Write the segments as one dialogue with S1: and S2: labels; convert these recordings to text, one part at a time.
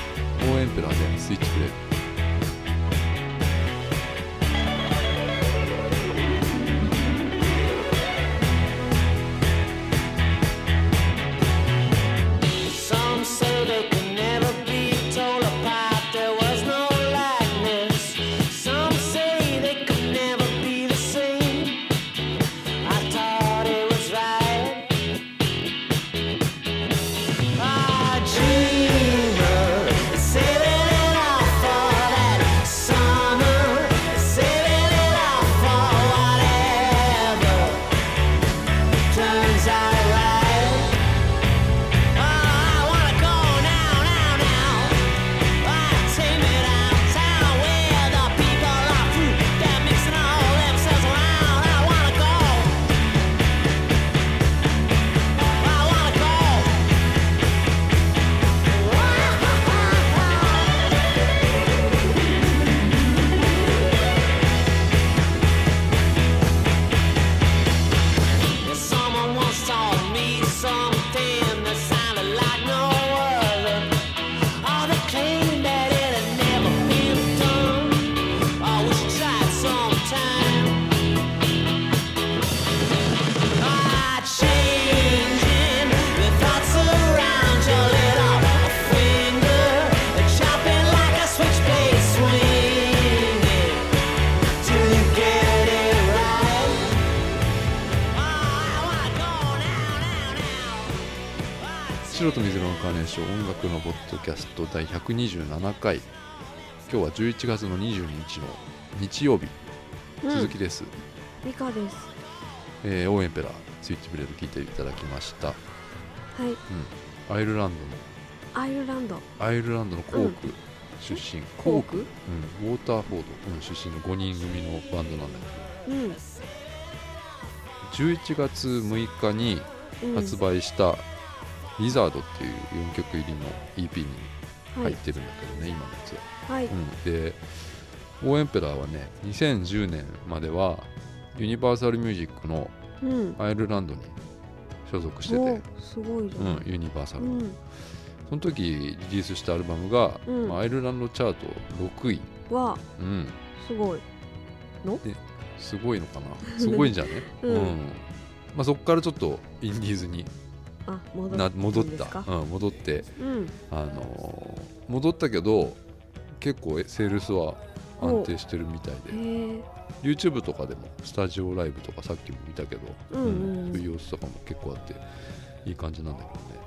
S1: ンプラーでスイッチくれる白と水色のカーネーション音楽のポッドキャスト第127回今日は11月の22日の日曜日、
S2: うん
S1: 続きです、
S2: ミカです。
S1: えー、オーエンペラースイッチブレード聞いていただきました、
S2: はい、
S1: うん、アイルランド
S2: アイルランド。
S1: のアイルランドのコーク出身、コーク、うん、ウォーターフォード、うん、出身の5人組のバンドなんだ
S2: うん。
S1: けど11月6日に
S2: うん、
S1: 発売した「リザード」っていう4曲入りの EP に
S2: は
S1: 入っ
S2: い。
S1: てるんだけどね、今のやつは
S2: はい。
S1: うん、でオーエンペラーはね2010年まではユニバーサルミュージックの
S2: うん。
S1: アイルランドに所属してて、
S2: おすごいじゃ
S1: うん
S2: ん。、
S1: ユニバーサ
S2: う
S1: ルの、
S2: ん。
S1: その時リリースしたアルバムが、
S2: うん
S1: まあアイルランドチャート6位、
S2: わ、
S1: うん、
S2: すごい。
S1: すごいのかなすごいんじゃね、
S2: うん
S1: まあ、そこからちょっとインディーズに
S2: あ、戻
S1: な
S2: っ
S1: 戻った
S2: んです
S1: た
S2: か。
S1: うん、戻って、
S2: うん。
S1: あのー戻ったけど結構セールスは安定してるみたいで
S2: へえ。
S1: YouTube とかでもスタジオライブとかさっきも見たけど、
S2: うんうんうん
S1: そういう様子とかも結構あっていい感じなんだ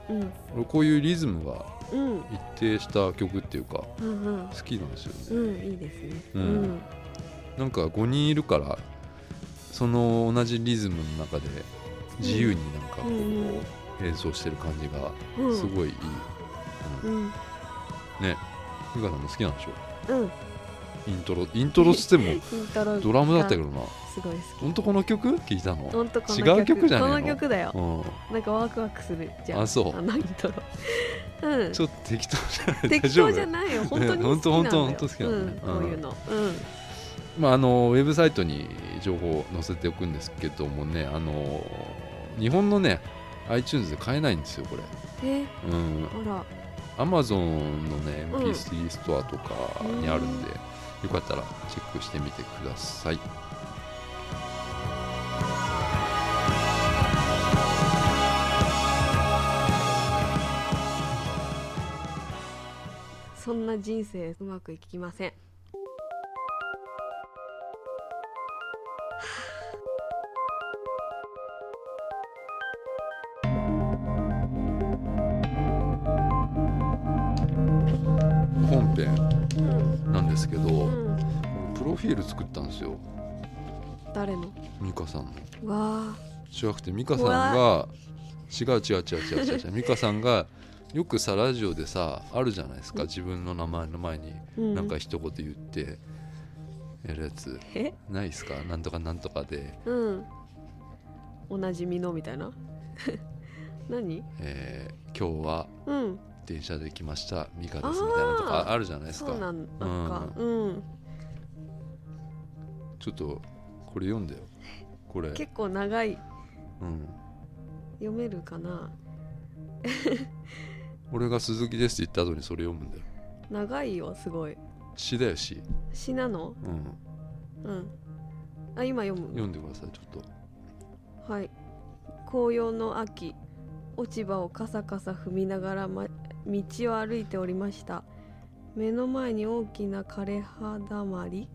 S1: けどね
S2: うん。
S1: 俺こういうリズムが
S2: うん。
S1: 一定した曲っていうか
S2: うんうん。
S1: 好きなんですよ
S2: う
S1: ね、
S2: ん、いいですね。
S1: う
S2: うんん。
S1: なんか5人いるからその同じリズムの中で自由になんかこ
S2: うん
S1: う演奏してる感じが
S2: うん。
S1: すごいいい、うん
S2: うん。
S1: ねふかさんも好きなんでしょ
S2: うん。イ
S1: イントロイントロっつっても
S2: ントロ。
S1: ドラムだったけどな
S2: すごい好
S1: 本当この曲聞いた
S2: き。
S1: の
S2: 本当この
S1: 違う曲じゃねえの
S2: この曲だよ。
S1: うん
S2: なんかワクワクするじゃん。
S1: あそう
S2: のイントロ。 うん。
S1: ちょっと適当じゃない
S2: 適当じゃないよ。本当に好きなんだ よ。
S1: ね本当本当本当好きなんだね
S2: うんこういうの。うん。
S1: まあ、あのウェブサイトに情報を載せておくんですけどもねあの日本のね iTunes で買えないんですよこれ、
S2: え、
S1: うん、
S2: あら。
S1: Amazon のね
S2: うん
S1: MP3 ストアとかにあるんで、よかったらチェックしてみてください
S2: そんな人生うまくいきません。
S1: 本編
S2: うん。
S1: なんですけど、
S2: うん。
S1: プロフィール作ったんですよ
S2: 誰の。
S1: 美香さんの
S2: わあ。
S1: 違くて美香さんが違う違う違う違う違う違う美香さんがよくさラジオでさあるじゃないですか自分の名前の前に
S2: うん
S1: なんか一言言ってやるやつ
S2: え。
S1: ないですかなんとかなんとかで、
S2: うん。おなじみのみたいな。 何。
S1: えー今日は
S2: うん。
S1: 電車で来ました美香ですみたいなと
S2: あ
S1: か
S2: ー
S1: あるじゃないです
S2: そう
S1: か
S2: なんなんか。うん。
S1: ちょっとこれ読んでよこれ、
S2: 結構長い。
S1: うん、
S2: 読めるかな。
S1: 俺が鈴木ですって言った後にそれ読むんだよ
S2: 長いよすごい
S1: 詩だよ詩、
S2: 詩なの
S1: うん、
S2: うんあ今読む
S1: 読んでくださいちょっと
S2: はい紅葉の秋落ち葉をカサカサ踏みながら、ま、道を歩いておりました目の前に大きな枯れ葉だまり、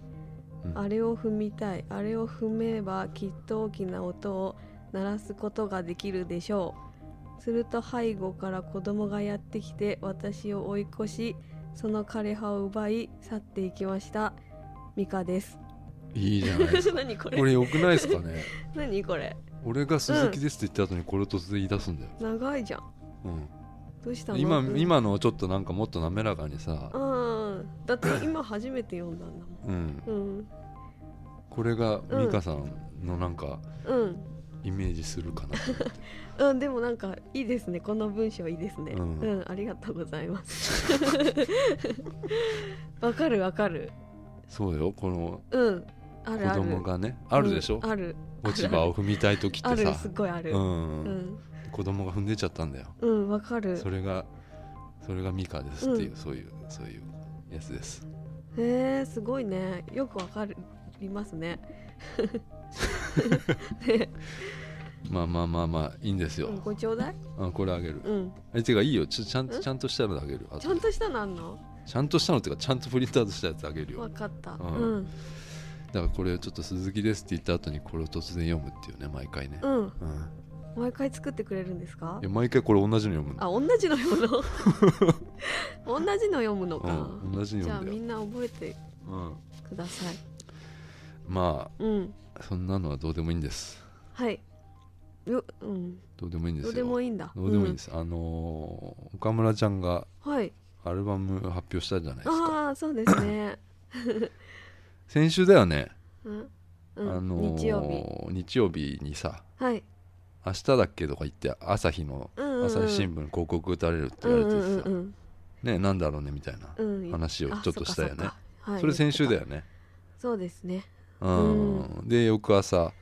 S1: うん
S2: あれを踏みたいあれを踏めばきっと大きな音を鳴らすことができるでしょうすると背後から子供がやってきて私を追い越しその枯れ葉を奪い去っていきましたミカです
S1: いいじゃないですか
S2: 何これ
S1: これよくないですかね
S2: 何これ
S1: 俺が鈴木ですって言った後にこれを突然言い出すんだよ、
S2: 長いじゃん
S1: うん
S2: どうしたの
S1: 今
S2: うん
S1: 今のをちょっとなんかもっと滑らかにさ、
S2: うんだって今初めて読んだんだも
S1: うん、
S2: ん
S1: これが美香さんのなんか
S2: うんうん
S1: イメージするか なと思って、
S2: うん、でもなんかいいですねこの文章いいですねう、
S1: うんん
S2: ありがとうございます わかるわかる
S1: そうよこの
S2: うんあ
S1: 子
S2: るある
S1: 供がねあるでしょ、
S2: うんある
S1: 落ち葉を踏みたい時っ
S2: あ
S1: て
S2: る
S1: さ
S2: すごいある
S1: う
S2: うんん
S1: 子供が踏んでちゃったんだよ
S2: うんわ、かる
S1: それがそれが美香ですっていう、
S2: うん
S1: そういうそういうやつです
S2: へえすごいねよくわかるりますねね
S1: まあまあまあまあいいんですよ、
S2: ごちょうだい
S1: あこれあげる
S2: うん
S1: えてかいいよちょちゃん
S2: う
S1: と
S2: ん
S1: ちゃんとしたのあげるあ
S2: ちゃんとしたのあんの
S1: ちゃんとしたのっていうかちゃんとプリントアウトしたやつあげるよ
S2: わかった
S1: う
S2: うんん
S1: だからこれをちょっと鈴木ですって言った後にこれを突然読むっていうね毎回ね、
S2: うん
S1: うんい
S2: 毎回作ってくれるんですか
S1: や毎回これ同じの読むんだ
S2: あ同じの 読むの同じの読むのか、
S1: うん、同じの
S2: じゃあ
S1: 読
S2: み
S1: んだよ、
S2: んな覚えて
S1: うん、
S2: ください
S1: ま
S2: うん
S1: あそんなのはどうでもいいんです
S2: はいよ、うん、
S1: どうでもいいんです
S2: ど
S1: よ
S2: うでもいいんだ
S1: どうでもいいんです、あのー岡村ちゃんが
S2: うんはい
S1: アルバム発表したじゃないですか
S2: ああーそうですね
S1: 先週だよね、
S2: うん、うん
S1: あのー
S2: 日曜日
S1: 日曜日にさ
S2: はい
S1: 明日だっけとか言って朝日の
S2: うんうんうん
S1: 朝日新聞広告打たれるって
S2: う
S1: 言わ
S2: ん
S1: れ
S2: う
S1: て
S2: ん
S1: てさ、
S2: うん
S1: ねなんだろうねみたいな
S2: うんうん
S1: 話をちょっとしたよね、
S2: あそっかそっかはい
S1: それ先週だ
S2: 言って
S1: よね
S2: たそうですね
S1: うん、で翌朝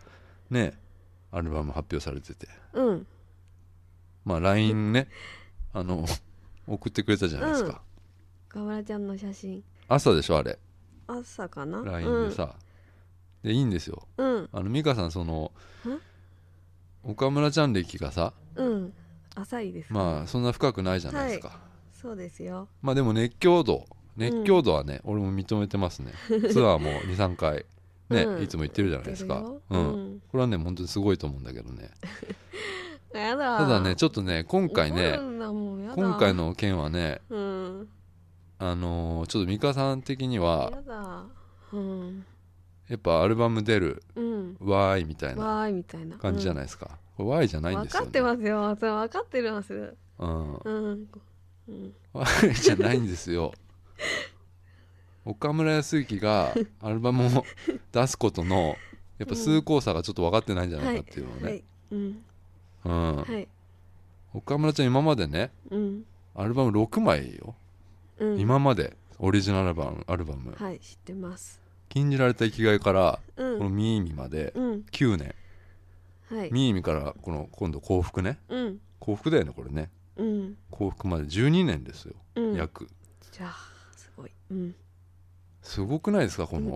S1: ねアルバム発表されてて
S2: うん
S1: まあ LINE ねあの送ってくれたじゃないですか、
S2: 岡村ちゃんの写真
S1: 朝でしょあれ
S2: 朝かな
S1: LINE でさ、でいいんですよ
S2: うんうん、
S1: あの美香さんその岡村ちゃん歴がさ
S2: うん、浅いですか、
S1: まあそんな深くないじゃないですか、
S2: そうですよ
S1: まあでも熱狂度熱狂度はね、俺も認めてます ねツアーも23回ね、
S2: うん
S1: いつも行ってるじゃないですか
S2: 言って
S1: う
S2: るよ
S1: ん、これはね本当にすごいと思うんだけどね
S2: やだ
S1: ただねちょっとね今回ね
S2: 怒るんだもんやだ
S1: 今回の件はね
S2: うん
S1: あのーちょっと美香さん的に
S2: や
S1: は
S2: だうん
S1: やっぱアルバム出る
S2: うん
S1: わーいみたいな
S2: わーいみたいな
S1: 感じじゃ
S2: ない、
S1: ないですか、これわーいじゃないん
S2: 分
S1: ですよ、
S2: か
S1: ね、
S2: ってますよそれ分かってるんです
S1: うん、
S2: うん、うん、
S1: わーいじゃないんですよ岡村康之がアルバムを出すことのやっぱ崇高さがちょっと分かってないんじゃないかっていうのをね、
S2: はいうん
S1: うん
S2: はい
S1: 岡村ちゃん今までね
S2: うん
S1: アルバム6枚よ、
S2: うん
S1: 今までオリジナルアルバムアルバム
S2: はい知ってます
S1: 禁じられた生きがいから
S2: う
S1: この「
S2: ん
S1: ミーミ」まで
S2: うん
S1: 9年
S2: はい
S1: ミーミからこの今度幸福ね
S2: うん
S1: 幸福だよねこれね
S2: うん
S1: 幸福まで12年ですよ、
S2: うん
S1: 約
S2: じゃあすごいうん
S1: すごくないですかこの、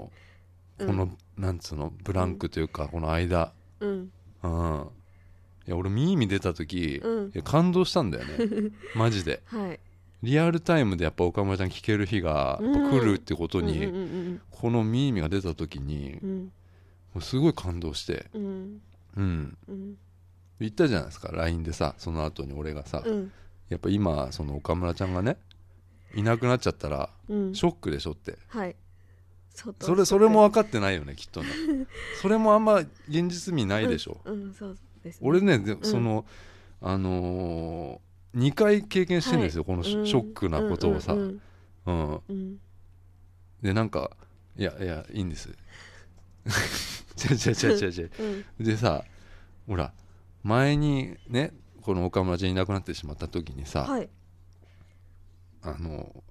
S2: うん
S1: このなんつうのブランクというかこの間
S2: うん
S1: うんいや俺ミーミ出た時、
S2: うん
S1: いや感動したんだよ ねマジで
S2: はい
S1: リアルタイムでやっぱ岡村ちゃん聴ける日がやっぱ来るってことに、
S2: うんうん
S1: このミーミが出た時に
S2: うんうん
S1: もうすごい感動して
S2: うんうん
S1: うん
S2: うん
S1: 言ったじゃないですか LINE でさその後に俺がさ、
S2: うん
S1: やっぱ今その岡村ちゃんがねいなくなっちゃったら
S2: うん
S1: ショックでしょって
S2: はい相当
S1: それそれも分かってないよねきっとねそれもあんま現実味ないでしょ、
S2: うんそうですね
S1: 俺ねで
S2: ん
S1: その、あの2回経験してるんですよ、このシ,、
S2: うん
S1: ショックなことをさ、
S2: う
S1: うんん
S2: うんうん
S1: でなんかいやいやいいんです 違う違う違う違う 違う
S2: うん
S1: でさほら前にねこの岡村ちゃんいなくなってしまった時にさ、
S2: はい
S1: あの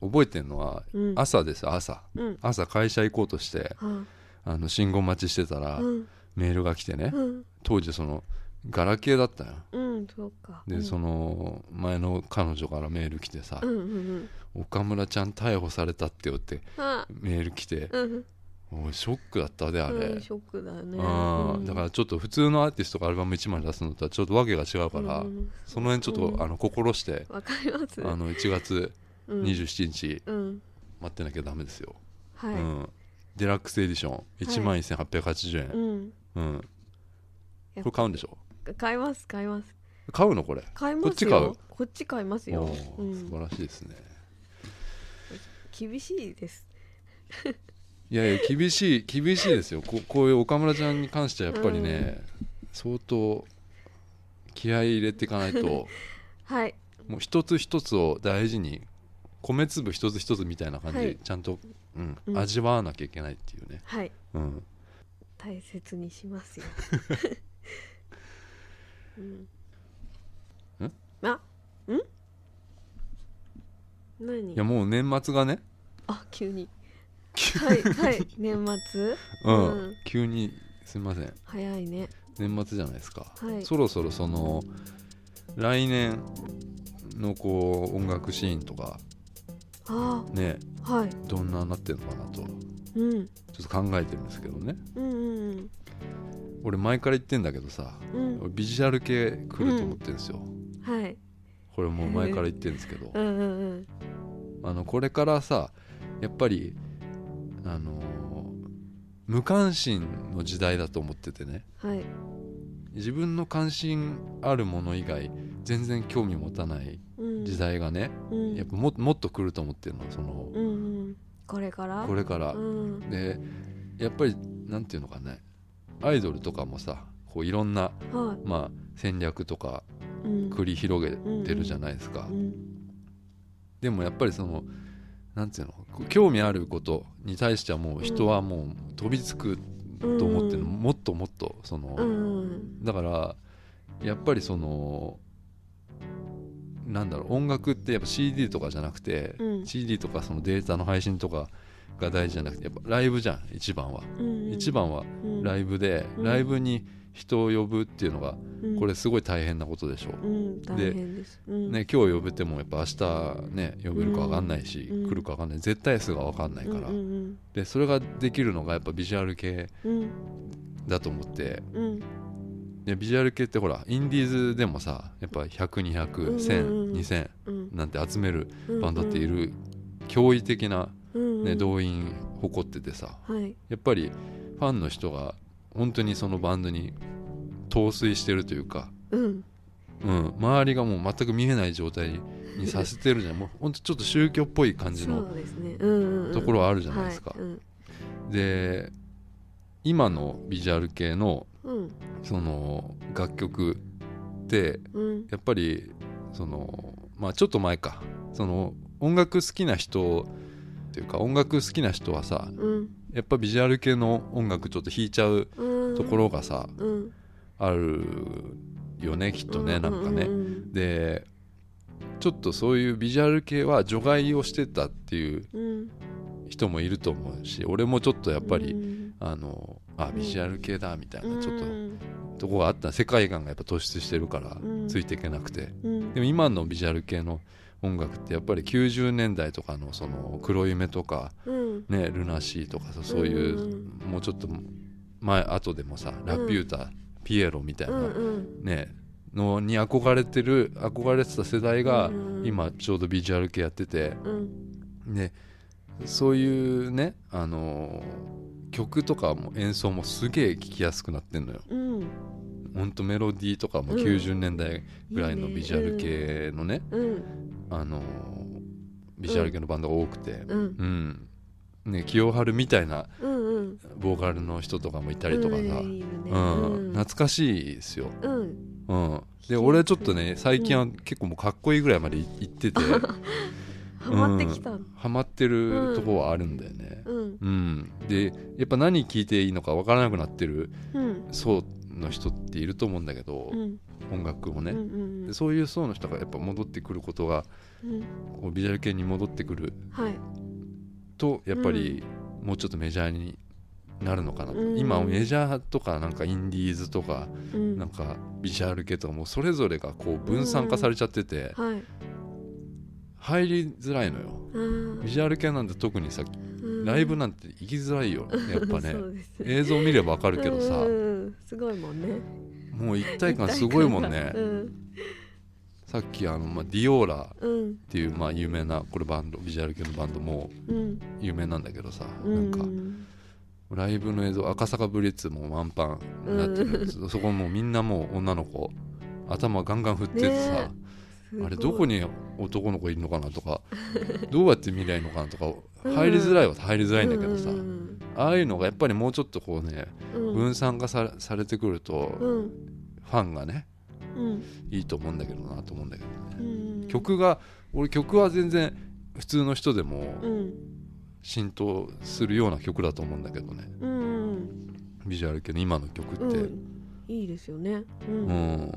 S1: 覚えてるのは
S2: うん
S1: 朝です朝
S2: うん
S1: 朝会社行こうとして
S2: は
S1: あの信号待ちしてた
S2: あ
S1: ら
S2: うん
S1: メールが来てね
S2: うん
S1: 当時そのガラケーだったよ
S2: うんそうか
S1: で、その前の彼女からメール来てさ
S2: うんうんうん
S1: 「岡村ちゃん逮捕されたってよ」って
S2: あ
S1: メール来て
S2: うん
S1: おいショックだったであれ、
S2: うんショックだよね
S1: あだからちょっと普通のアーティストがアルバム1枚出すのとはちょっとわけが違うから、
S2: うん
S1: その辺ちょっ
S2: うん
S1: とあの心して
S2: わかります
S1: あの1月
S2: うん
S1: 27日
S2: うん
S1: 待ってなきゃダメですよ、
S2: は
S1: う
S2: い
S1: ん、デラックスエディション1万1880円、
S2: うん
S1: うん、これ買うんでしょ
S2: 買います買います
S1: 買うのこれ
S2: 買いますよ
S1: こっち買う
S2: こっち買います
S1: お
S2: よ
S1: お、
S2: うん
S1: 素晴らしいですね
S2: 厳しいです
S1: いやいや厳しい厳しいですよここういう岡村ちゃんに関してはやっぱりね、相当気合い入れていかないと
S2: はい
S1: もう一つ一つを大事に米粒一つ一つみたいな感じ
S2: は
S1: で
S2: い
S1: ちゃんと、うん
S2: うん
S1: 味わわなきゃいけないっていうね、
S2: はい
S1: うん、
S2: 大切にしま すようん
S1: ん
S2: あん何
S1: いやもう年末がね、
S2: あ急に
S1: 急
S2: はいはい年末
S1: うん
S2: うん
S1: 急にすみません
S2: 早いね
S1: 年末じゃないですか、
S2: はい
S1: そろそろその来年のこう音楽シーンとか
S2: あ
S1: ね
S2: ーはい
S1: どんななってるのかなとちょ
S2: うん
S1: っと考えてるんですけどね
S2: うんうん
S1: 俺前から言ってんだけどさ
S2: うんうん
S1: 俺ビジュアル系来ると思ってるんですよ、
S2: はい
S1: これもう前から言ってるんですけど、
S2: うんうんうん
S1: あのこれからさやっぱりあのー無関心の時代だと思っててね
S2: はい
S1: 自分の関心あるもの以外全然興味持たない
S2: うん
S1: 時代がね、
S2: うん
S1: やっぱももっと来ると思ってるのその、
S2: うんうんこれから
S1: これから、
S2: うん
S1: でやっぱりなんていうのかねアイドルとかもさこういろんな、
S2: は
S1: まあ、戦略とか
S2: いうん
S1: 繰り広げてるじゃないですか、
S2: うん
S1: でもやっぱりそのなんていうのこう興味あることに対してはもう人はもう飛びつくと思ってる、
S2: うん
S1: もっともっとその、
S2: うん
S1: だからやっぱりそのなんだろう音楽ってやっぱ CD とかじゃなくて、
S2: うん
S1: CD とかそのデータの配信とかが大事じゃなくてやっぱライブじゃん一番は、
S2: うん
S1: 一番はラ
S2: イ
S1: イブで、
S2: うん
S1: ライブに人を呼ぶっていうのが
S2: ブ
S1: これすごい大変なことでしょう、
S2: うん大変ですうん
S1: ね、今日呼べてもやっぱ明日ね呼べるか分かんないし、
S2: うん
S1: 来るか分かんない絶対数が分かんないから、
S2: うんうん
S1: でそれができるのがやっぱビジュアル系
S2: うん
S1: だと思って
S2: うん
S1: でビジュアル系ってほらインディーズでもさやっぱ
S2: うんうん
S1: 10010010002000
S2: うん
S1: なんて集める
S2: うん
S1: バンドっている驚異的な、
S2: うんう
S1: ね、
S2: ん
S1: 動員誇っててさ
S2: はい
S1: やっぱりファンの人が本当にそのバンドに陶酔してるというか、
S2: うん
S1: うん、周りがもう全く見えない状態にさせてるじゃんもう本当ちょっと宗教っぽい感じの
S2: そうですねうんうんうん
S1: ところはあるじゃないですか。
S2: はいうん
S1: で今のビジュアル系の
S2: うん
S1: その楽曲って
S2: うん
S1: やっぱりそのまあちょっと前かその音楽好きな人っていうか音楽好きな人はさ
S2: うん
S1: やっぱビジュアル系の音楽ちょっと弾いちゃう
S2: うん
S1: ところがさ、
S2: うん
S1: あるよねきっとね、
S2: うん
S1: なんかね。
S2: うん
S1: でちょっとそういうビジュアル系は除外をしてたっていう
S2: うん
S1: 人もいると思うし俺もちょっとやっぱり、
S2: うん
S1: あのあビジュアル系だみたいなちょっ
S2: う
S1: と
S2: ん
S1: とこがあった世界観がやっぱ突出してるから
S2: うん
S1: ついていけなくて
S2: うん
S1: でも今のビジュアル系の音楽ってやっぱり90年代とかのその黒夢とか、
S2: うん
S1: ね、ルナシーとかさそういう
S2: うん
S1: もうちょっと前後でもさラピュータ、ピエロみたいな、
S2: うんうん
S1: ねのに憧れてる憧れてた世代が
S2: うん
S1: 今ちょうどビジュアル系やってて
S2: うん
S1: ねそういうねあのー曲とかも演奏もすげえ聴きやすくなってんのよ
S2: うん
S1: ほんとメロディーとかも
S2: うん
S1: 90年代ぐらいの
S2: いいね
S1: ビジュアル系のね、
S2: うん
S1: あのービジュアル系のバンドが多くて
S2: うん
S1: うん、ね清春みたいな
S2: うんうん
S1: ボーカルの人とかもいたりとかさ、
S2: うん
S1: う
S2: い
S1: ん
S2: いよね
S1: 懐かしいですよ
S2: うん
S1: うん、で俺はちょっとね最近は結構もうかっこいいぐらいまでい行ってて
S2: ハマってきた
S1: うんハマってるとこはあるんだよね、
S2: うん
S1: うんでやっぱ何聞いていいのかわからなくなってる
S2: うん
S1: 層の人っていると思うんだけど
S2: う、ん
S1: 音楽をね、
S2: うんうん
S1: でそういう層の人がやっぱ戻ってくることが
S2: うん
S1: こうビジュアル系に戻ってくる
S2: はい
S1: とやっぱりもうちょっとメジャーになるのかなと、
S2: うん
S1: 今メジャーとかなんかインディーズとか
S2: うん
S1: なんかビジュアル系とかもうそれぞれがこう分散化されちゃってて
S2: はい
S1: 入りづらいのよ
S2: あー
S1: ビジュアル系なんて特にさ
S2: うん
S1: ライブなんて行きづらいよやっぱね
S2: そうですね
S1: 映像見ればわかるけどさ
S2: うんうんうんすごいもんね
S1: もう一体感すごいもんね
S2: うん
S1: さっきあの、まあ、ディオーラっ
S2: うん
S1: ていうまあ有名なこれバンドビジュアル系のバンドも
S2: うん
S1: 有名なんだけどさ、
S2: うん
S1: なんかライブの映像赤坂ブリッツも満帆になってる、そそこもうみんなもう女の子頭ガンガン振っててさ、
S2: ねすごい
S1: あれどこに男の子いるのかなと かどうやって見りゃいいのかなとか入りづらいは入りづらいんだけどさ、
S2: うん
S1: ああいうのがやっぱりもうちょっとこうね
S2: うんうん
S1: 分散がさされてくると、
S2: う
S1: フ
S2: ん
S1: ァンがね
S2: うん
S1: いいと思うんだけどなと思うんだけどね、
S2: うん
S1: 曲が俺曲は全然普通の人でも
S2: うん
S1: 浸透するような曲だと思うんだけどね
S2: うんうん
S1: ビジュアル系の今の曲って、
S2: う
S1: うん
S2: んいいですよねうん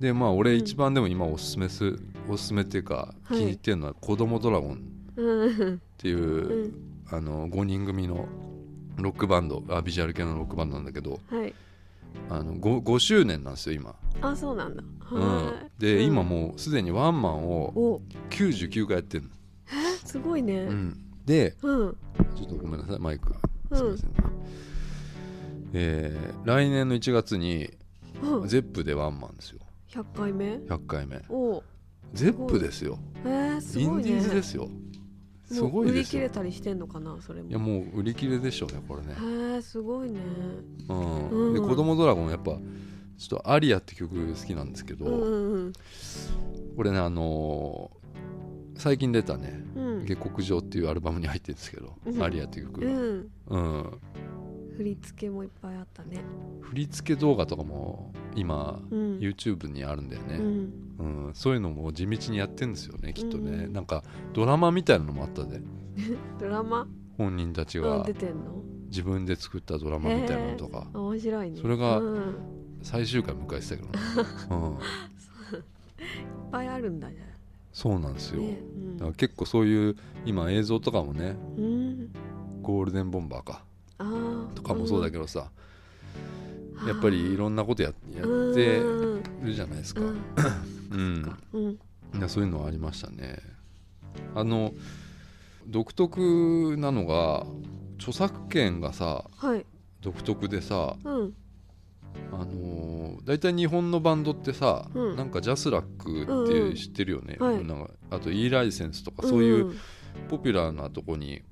S1: でまあ俺
S2: うん
S1: 一番でも今おすすめす、おすすめっていうか
S2: は
S1: 気
S2: い
S1: に入ってるのは「子供ドラゴン」
S2: うん
S1: っていう、
S2: うん
S1: あの5人組のロックバンドあビジュアル系のロックバンドなんだけど
S2: はい
S1: あの 5, 5周年なんですよ今、
S2: あそうなんだは
S1: うん、
S2: い
S1: で、
S2: うん
S1: 今もうすでにワンマンを
S2: お
S1: 99回やってるの、
S2: すごいね
S1: うん、で
S2: うん
S1: ちょっとごめんなさいマイク
S2: う
S1: すみま
S2: ん
S1: せん、えー来年の1月に
S2: うん
S1: ゼップでワンマンですよ
S2: 100回目
S1: 100回目
S2: お
S1: ゼップですよ
S2: えーす
S1: イン
S2: ごい
S1: デ
S2: ね
S1: ィーズですよす
S2: もう
S1: ごい
S2: 売
S1: で
S2: り
S1: す
S2: 切
S1: よ
S2: れ
S1: い
S2: たりしてんのかなそれも
S1: やもう売り切れでしょうねこれね、
S2: へえすごいね
S1: うん
S2: うん
S1: で「子供ドラゴン」やっぱちょっと「アリア」って曲好きなんですけど、
S2: うんうん
S1: これねあのー最近出たね
S2: うん
S1: 「下克上」っていうアルバムに入ってるんですけど「
S2: うん
S1: アリア」っていう曲
S2: う
S1: が、
S2: ん
S1: うん、
S2: 振り付けもいっぱいあったね
S1: 振り付け動画とかも今、
S2: うん
S1: YouTube にあるんだよね、
S2: うん
S1: うん、そういうのも地道にやってんですよねきっとね、
S2: うん
S1: なんかドラマみたいなのもあったで
S2: ドラマ
S1: 本人たち
S2: うん
S1: が
S2: 出てんの
S1: 自分で作ったドラマみたいなのとか
S2: 面白いね
S1: それが
S2: うん
S1: 最終回迎えてたけどね、 うん、
S2: いっぱいあるんだじゃ
S1: そうなんです
S2: あ
S1: よ、
S2: ねうん
S1: だから結構そういう今映像とかもね
S2: うん
S1: ゴールデンボンバーか
S2: あー
S1: とかもそうだ
S2: け
S1: けどさ、やっぱりいろんなことややって
S2: うん
S1: るじゃないですか、
S2: う
S1: うん
S2: んうん
S1: いやそういうのはありましたねあの独特なのが著作権がさ
S2: はい
S1: 独特でさ、
S2: うん
S1: あのー、大体日本のバンドってさ、
S2: うん
S1: なんかジャスラックって
S2: うん
S1: いううん知ってるよね、
S2: はい
S1: なんかあと E ライセンスとかそういうんポピュラーなとこに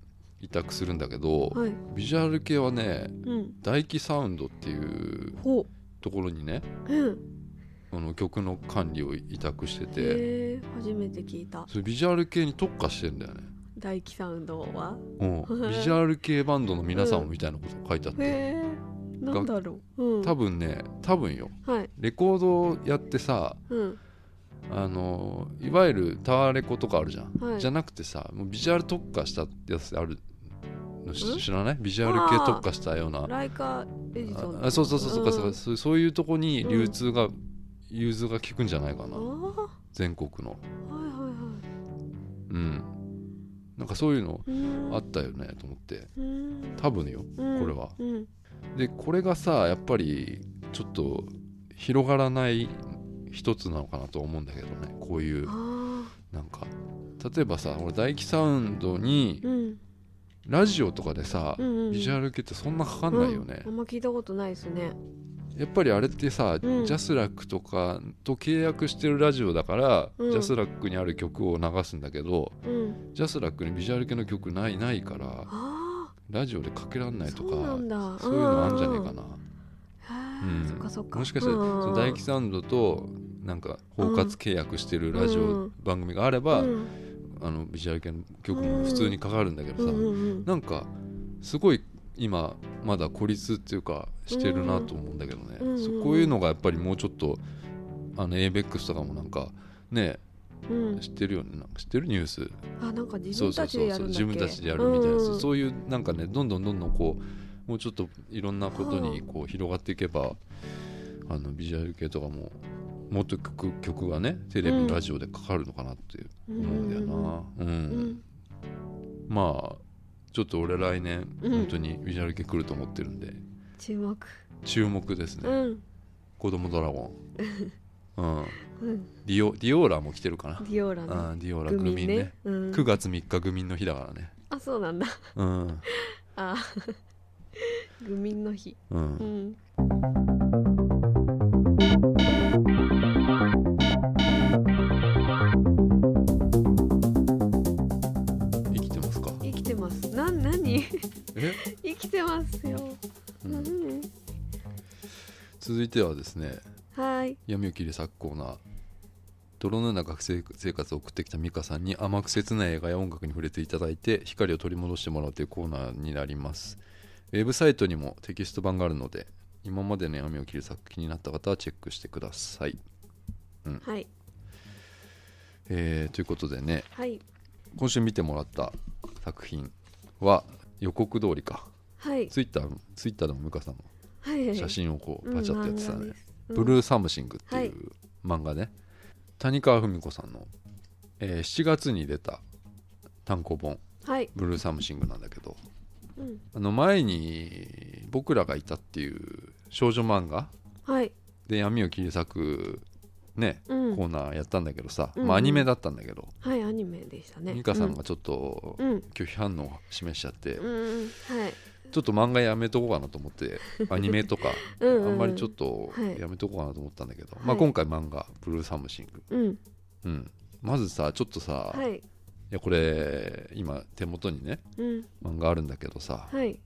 S1: 委託するんだけど、
S2: はい
S1: ビジュアル系はね
S2: うん
S1: 大気サウンドっていう
S2: ほ
S1: ところにね
S2: ううん
S1: あの曲の管理を委託してて
S2: へえ初めて聞いた
S1: それビジュアル系に特化してんだよね、
S2: 大輝サウンドは
S1: うん、ビジュアル系バンドの皆さんみたいなこと書いてあって、
S2: へえなんだろううん
S1: 多分ね多分よ
S2: はい
S1: レコードをやってさ
S2: うん
S1: あのいわゆるタワレコとかあるじゃん、
S2: はい
S1: じゃなくてさもうビジュアル特化したやつあるのし
S2: ん
S1: 知らないビジュアル系特化したようなあ
S2: ライカ・エジソン
S1: あそうそうそうそうか、そううんそうそういうとこに流通が、融通が効くんじゃないかな、
S2: あ
S1: 全国の
S2: あはいはいは
S1: うんなんかそういうの
S2: いうーん
S1: あったよねと思って
S2: うーん
S1: 多分よ
S2: うん
S1: これは
S2: うん
S1: でこれがさやっぱりちょっと広がらない一つなのかなと思うんだけどねこういう
S2: あ
S1: なんか例えばさ俺大輝サウンドに
S2: ーうん
S1: ラジオとかでさ、
S2: うんうん
S1: ビジュアル系ってそんなかかんないよね
S2: うんあ、んま聞いたことないですね
S1: やっぱりあれってさ、
S2: うん
S1: ジャスラックとかと契約してるラジオだから、
S2: うん
S1: ジャスラックにある曲を流すんだけど
S2: うん
S1: ジャスラックにビジュアル系の曲ないないから
S2: あ
S1: ラジオでかけらんないとか
S2: そうなんだ
S1: そういうのあるんじゃないかな、
S2: あ
S1: う
S2: へ
S1: ん
S2: えそっかそっか
S1: もしかしたら
S2: うん
S1: その大輝サウンドとなんか包括契約してるラジ
S2: う
S1: オ
S2: ん
S1: 番組があれば、
S2: うん
S1: あのビジュアル系の曲も普通にかかるんだけど
S2: うん
S1: さ、
S2: うん
S1: なんかすごい今まだ孤立っていうかしてるなと思うんだけどね、
S2: うんうん
S1: そこういうのがやっぱりもうちょっとあの ABEX とかもなんかね
S2: うんうん
S1: 知ってるよねなんか知ってるニュース
S2: あなんか自
S1: そう
S2: 分
S1: そ
S2: た
S1: う
S2: ち
S1: そ
S2: で
S1: う
S2: や
S1: そ
S2: る
S1: うん
S2: だっ
S1: 自
S2: け
S1: 分たちでやるみたいな、
S2: うんうん
S1: そういうなんかねどんどんどんどんこうもうちょっといろんなことにこう広がっていけばあのビジュアル系とかももっと曲曲がねテレビ、
S2: うん
S1: ラジオでかかるのかなって思うんだよな。うん
S2: うん
S1: まあちょっと俺来年
S2: うん
S1: 本当にビジュアル系来ると思ってるんで、
S2: 注目
S1: 注目です
S2: う
S1: ね
S2: ん
S1: 子供ドラゴン うん
S2: うん
S1: ディオディオーラも来てるかな
S2: ディオーラの
S1: うんディオーラ
S2: グ
S1: グミ
S2: ミ
S1: ンね
S2: ねうん
S1: 9月3日グミンの日だからね
S2: あそうなんだ
S1: うん
S2: あグミの日
S1: う
S2: うんん
S1: 生きてますか
S2: 生きてますな何
S1: え、
S2: 生きてますよ
S1: う、
S2: うんん
S1: 続いてはですね
S2: はい
S1: 闇を切り咲くコーナー泥のような学生生活を送ってきた美香さんに甘く切ない映画や音楽に触れていただいて光を取り戻してもらうというコーナーになりますウェブサイトにもテキスト版があるので今までの闇を切り裂く気になった方はチェックしてください、
S2: はい
S1: えーということでね
S2: はい
S1: 今週見てもらった作品は予告通りか
S2: はい
S1: ツイッターツイッターでも美香さんも
S2: はいはい
S1: 写真をこ
S2: う
S1: うんパチャってやってたね、
S2: 漫画ですうん
S1: ブルーサムシングって
S2: はいいう
S1: 漫画ね、谷川文子さんの、えー7月に出た単行本
S2: は
S1: 「
S2: い
S1: ブルーサムシング」なんだけど
S2: うん
S1: あの前に「僕らがいた」っていう少女漫画
S2: はい
S1: で闇を切り裂くね
S2: うん
S1: コーナーやったんだけどさ、
S2: うんうん
S1: まあ、アニメだったんだけど、
S2: はいアニメでしたね
S1: 美香さんがちょっと
S2: うん
S1: 拒否反応を示しちゃって、
S2: うんうんはい
S1: ちょっと漫画やめとこうかなと思 ってアニメとか
S2: う
S1: あ
S2: んうん
S1: んまりちょっと
S2: はい
S1: やめとこうかなと思ったんだけど、
S2: はい
S1: まあ、今回漫画「ブルーサムシング」
S2: うん
S1: うん、まずさちょっとさ、、
S2: はいい
S1: やこれ今手元にね
S2: うん
S1: 漫画あるんだけどさ
S2: はい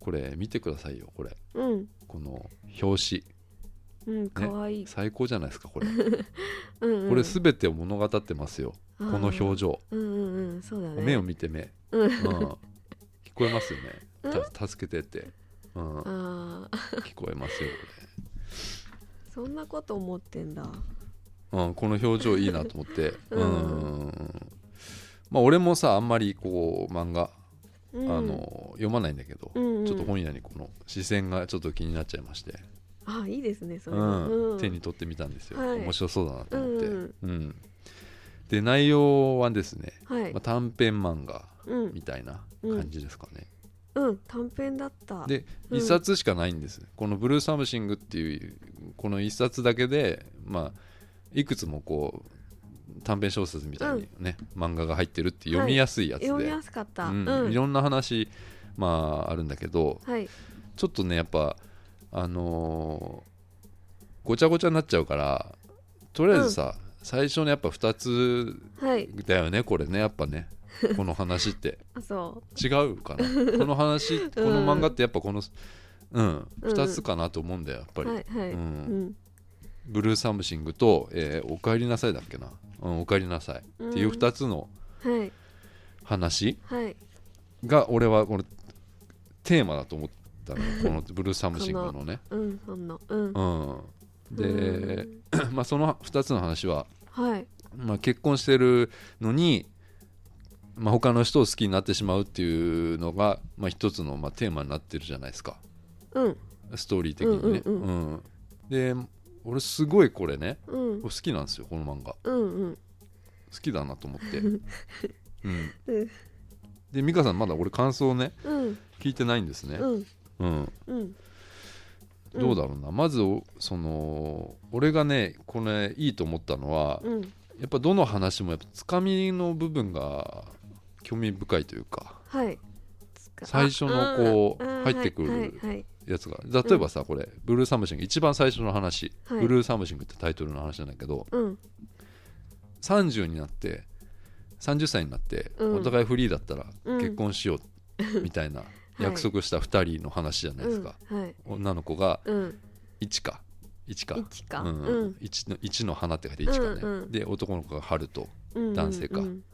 S1: これ見てくださいよこれ
S2: うん
S1: この表紙
S2: うん可愛い
S1: 最高じゃないですかこれ
S2: うんうん
S1: これ全てを物語ってますよ、こ
S2: こ
S1: の表情
S2: うんうんうんそうだね
S1: 目を見て目、
S2: うん
S1: うん、聞こえますよね
S2: う
S1: た助けてって、うん、
S2: ああ
S1: 聞こえますよ
S2: そんなこと思ってんだ
S1: これ、うん、この表情いいなと思って、う
S2: うん
S1: ん、まあ俺もさあんまりこう漫画、
S2: あ
S1: あの読まないんだけど、ちょっと本屋にこの視線がちょっと気になっちゃいまして、
S2: あいいですねそれ
S1: う
S2: は
S1: ん
S2: うん
S1: 手に取ってみたんですよ、
S2: はい
S1: 面白そうだなと思って、
S2: う
S1: うんんで内容はですね、
S2: はい
S1: まあ、短編漫画
S2: うん
S1: みたいな感じですかね、
S2: うん短編だった
S1: で
S2: うん
S1: 一冊しかないんです、この「ブルーサムシング」っていうこの一冊だけでまあいくつもこう短編小説みたいにね、漫画が入ってるって読みやすいやつで、
S2: 読みやすかった
S1: うん
S2: うん
S1: いろんな話まああるんだけど、
S2: はい
S1: ちょっとねやっぱあのーごちゃごちゃになっちゃうからとりあえずさ、最初のやっぱ2つ
S2: はい
S1: だよねこれねやっぱねこの話って
S2: あそ
S1: 違うかなこの話この漫画ってやっぱこのうん、
S2: うん
S1: 2つかなと思うんだよやっぱ
S2: う
S1: り、
S2: はいはい
S1: うん
S2: うん
S1: ブルーサムシングと、えーおかえりなさいだっけな、うん、おかえりなさいっていう2つの
S2: はい
S1: 話
S2: はい
S1: が俺はこのテーマだと思ったのよこのブルーサムシングのね
S2: うんそんなうん
S1: うん、で、
S2: う ん
S1: まあ、その2つの話は、
S2: はい
S1: まあ、結婚してるのに、まあ、他の人を好きになってしまうっていうのが、まあ、一つのまあテーマになってるじゃないですか
S2: うん
S1: ストーリー的にね。
S2: うんう
S1: うんで俺すごいこれね
S2: うん
S1: 好きなんですよこの漫画
S2: うんうん
S1: 好きだなと思 って。うん、
S2: うん
S1: で美香さんまだ俺感想ね
S2: うん
S1: 聞いてないんですね。
S2: うん
S1: うん
S2: うん
S1: どうだろうな、まずおその俺がねこれいいと思ったのは、
S2: うん
S1: やっぱどの話もやっぱつかみの部分が興味深いというか
S2: はい
S1: 最初のこう
S2: ああ
S1: 入ってくる
S2: はいはい
S1: やつが例えばさ、これ「ブルーサムシング」一番最初の話「
S2: はい
S1: ブルーサムシング」ってタイトルの話なんだけど
S2: うん
S1: 30になって30歳になって、
S2: うん
S1: お互いフリーだったら
S2: うん
S1: 結婚しようみ たいな約束した2人の話じゃないですか、
S2: うんはい
S1: 女の子が
S2: うん
S1: 1か1か。
S2: 一か
S1: う
S2: うんん
S1: 一の一の花って書いて1かね、
S2: うんうん
S1: で男の子が春と
S2: うん
S1: 男性か
S2: うん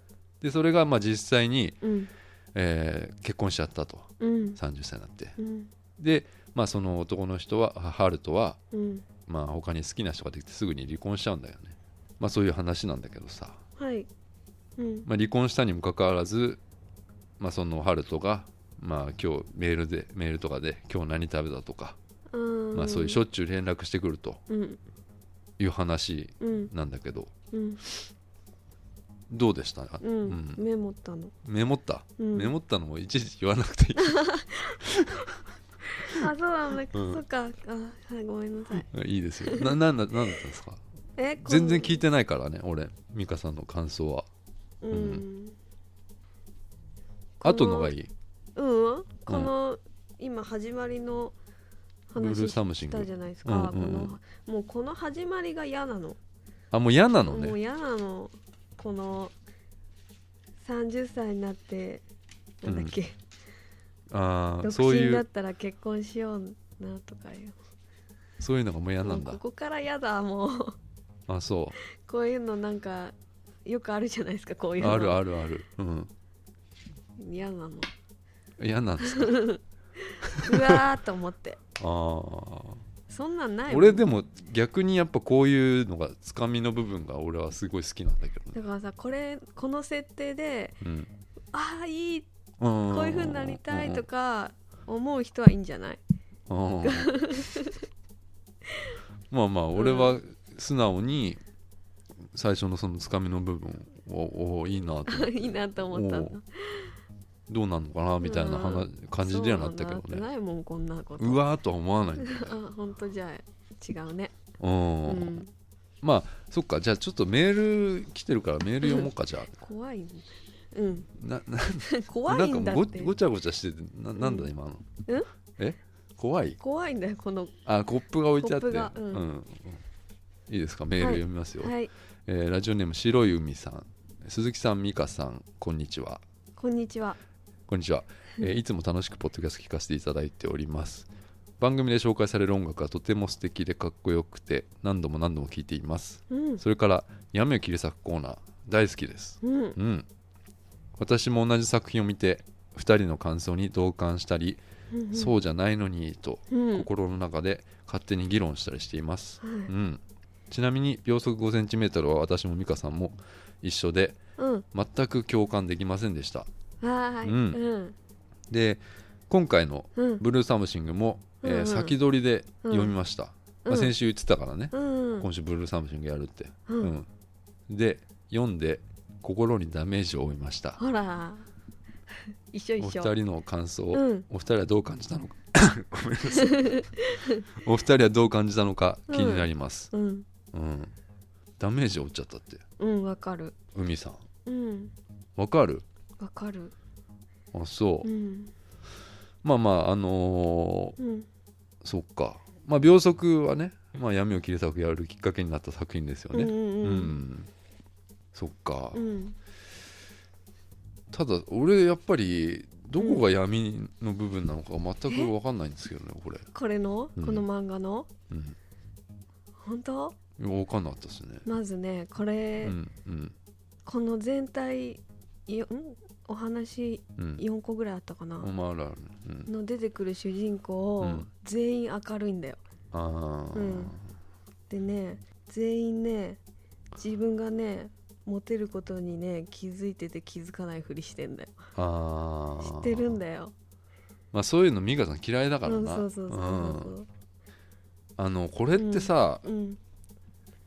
S1: でそれがまあ実際に、
S2: うん
S1: えー結婚しちゃったと
S2: うん
S1: 30歳になって
S2: うん
S1: で、まあ、その男の人はハルトは、
S2: うん
S1: まあ、他に好きな人ができてすぐに離婚しちゃうんだよね、まあ、そういう話なんだけどさ、
S2: はいうん
S1: まあ、離婚したにもかかわらず、まあ、そのハルトが、まあ、今日メールでメールとかで今日何食べたとか、
S2: うん
S1: まあ、そういうしょっちゅう連絡してくると
S2: うん
S1: いう話
S2: うん
S1: なんだけど
S2: うん
S1: どうでした、
S2: うん、
S1: うん
S2: メモったの、
S1: メモった、
S2: うん、
S1: メモったのをいちいち言わなくていい
S2: あそうなんだ、
S1: うん
S2: そっかあはいごめんなさい
S1: いいですよななんだなんだったんですか
S2: えこん
S1: 全然聞いてないからね俺美香さんの感想は
S2: うん、この
S1: 後のがいい
S2: うん、この、今始まりの
S1: ブルー
S2: 話し
S1: サムシン
S2: た
S1: グ
S2: じゃないですか、
S1: うんうんうん
S2: このもうこの始まりが嫌なの
S1: あもう嫌なの
S2: もう
S1: ね
S2: 嫌なのこの30歳になってなんだっけ、
S1: ああそ
S2: 独
S1: う
S2: 身
S1: い
S2: だっ
S1: う
S2: たら結婚しようなとかいう
S1: そういうのがもう嫌な
S2: もうん
S1: だ
S2: ここから嫌だもう
S1: あそ
S2: こういうのなんかよくあるじゃないですかこういう
S1: う
S2: の
S1: あるあるあるうん
S2: 嫌なの
S1: 嫌なん ですか
S2: うわーと思って
S1: ああ
S2: そんなんないもん
S1: 俺でも逆にやっぱこういうのがつかみの部分が俺はすごい好きなんだけどね
S2: だからさこれこの設定で
S1: うん
S2: ああいい
S1: こ
S2: こういう風になりたいとか思う人はいいんじゃない
S1: うんまあまあ俺は素直に最初のそのつかみの部分をおおいいな と
S2: いいなと思ったんだ
S1: おどうなんのかなみたいな話、感じにはなったけど
S2: そうなんだ
S1: ね
S2: ないもんこんなこと
S1: うわーとは思わないんだよね
S2: あ本当じゃあ違うね
S1: うん、
S2: うん
S1: まあそっかじゃあちょっとメール来てるからメール読もうかじゃあ
S2: 怖いねうん
S1: な
S2: 怖
S1: ない
S2: ん
S1: ん
S2: だ
S1: か
S2: っ
S1: ご
S2: て
S1: ごちゃごちゃしててななんだ今の、
S2: うん
S1: え怖い
S2: 怖いんだよこの
S1: あコップが置いてあって、
S2: コップがうん
S1: うんいいですかメール読みますよ、
S2: はい
S1: えーラジオネーム白い海さん鈴木さん美香さんこんにちは
S2: こんにちは
S1: こんにちは、えー いつも楽しくポッドキャスト聞かせていただいております番組で紹介される音楽はとても素敵でかっこよくて何度も何度も聴いています
S2: うん
S1: それから闇を切り裂くコーナー大好きです
S2: うん
S1: うん私も同じ作品を見て2人の感想に同感したり、
S2: うん
S1: そうじゃないのにと
S2: うん
S1: 心の中で勝手に議論したりしています、
S2: はい
S1: うん、ちなみに秒速 5cm は私も美香さんも一緒で
S2: うん
S1: 全く共感できませんでした
S2: はーい
S1: うん
S2: うん
S1: で今回の
S2: う
S1: 「
S2: ん
S1: ブルーサムシングも」えー
S2: うんうん
S1: 先取りで読みました、
S2: うん
S1: まあ、先週言ってたからね、
S2: うん
S1: 今週「ブルーサムシング」やるって、
S2: うん
S1: うんで読んで心にダメージを負いました
S2: ほら 一緒
S1: お
S2: 一
S1: 二
S2: 緒
S1: 人の感想、
S2: うん
S1: お二人はどう感じたのか ごめんなさいお二人はどう感じたのか気になります、
S2: うん
S1: うんダメージを負っちゃったって
S2: うんわかる
S1: 海さん
S2: うん
S1: わかる
S2: わかる
S1: あそう、
S2: うん
S1: まあまああの
S2: うん
S1: ーそっかまあ秒速はね、まあ、闇を切り裂くやるきっかけになった作品ですよ
S2: うん
S1: ね
S2: う
S1: うん、
S2: ん
S1: そっか、
S2: うん
S1: ただ俺やっぱりどこが闇の部分なのか全く分かんないんですけどねこれ、
S2: これの
S1: うん
S2: この漫画の
S1: うん、
S2: 本当
S1: 分かんなかったですね
S2: まずねこれ
S1: うんうん
S2: この全体よんお話
S1: うん
S2: 4個ぐらいあったかな
S1: まああるある、うん、
S2: の出てくる主人公
S1: うん
S2: 全員明るいんだよ
S1: ああ、
S2: うんでね全員ね自分がねモテることにね気づいてて気づかないふりしてんだよ
S1: ああ
S2: 知ってるんだよ
S1: まあそういうの美香さん嫌いだから
S2: うん
S1: な
S2: そうそうそう
S1: うん
S2: そ
S1: あのこれってさ、
S2: ううん
S1: い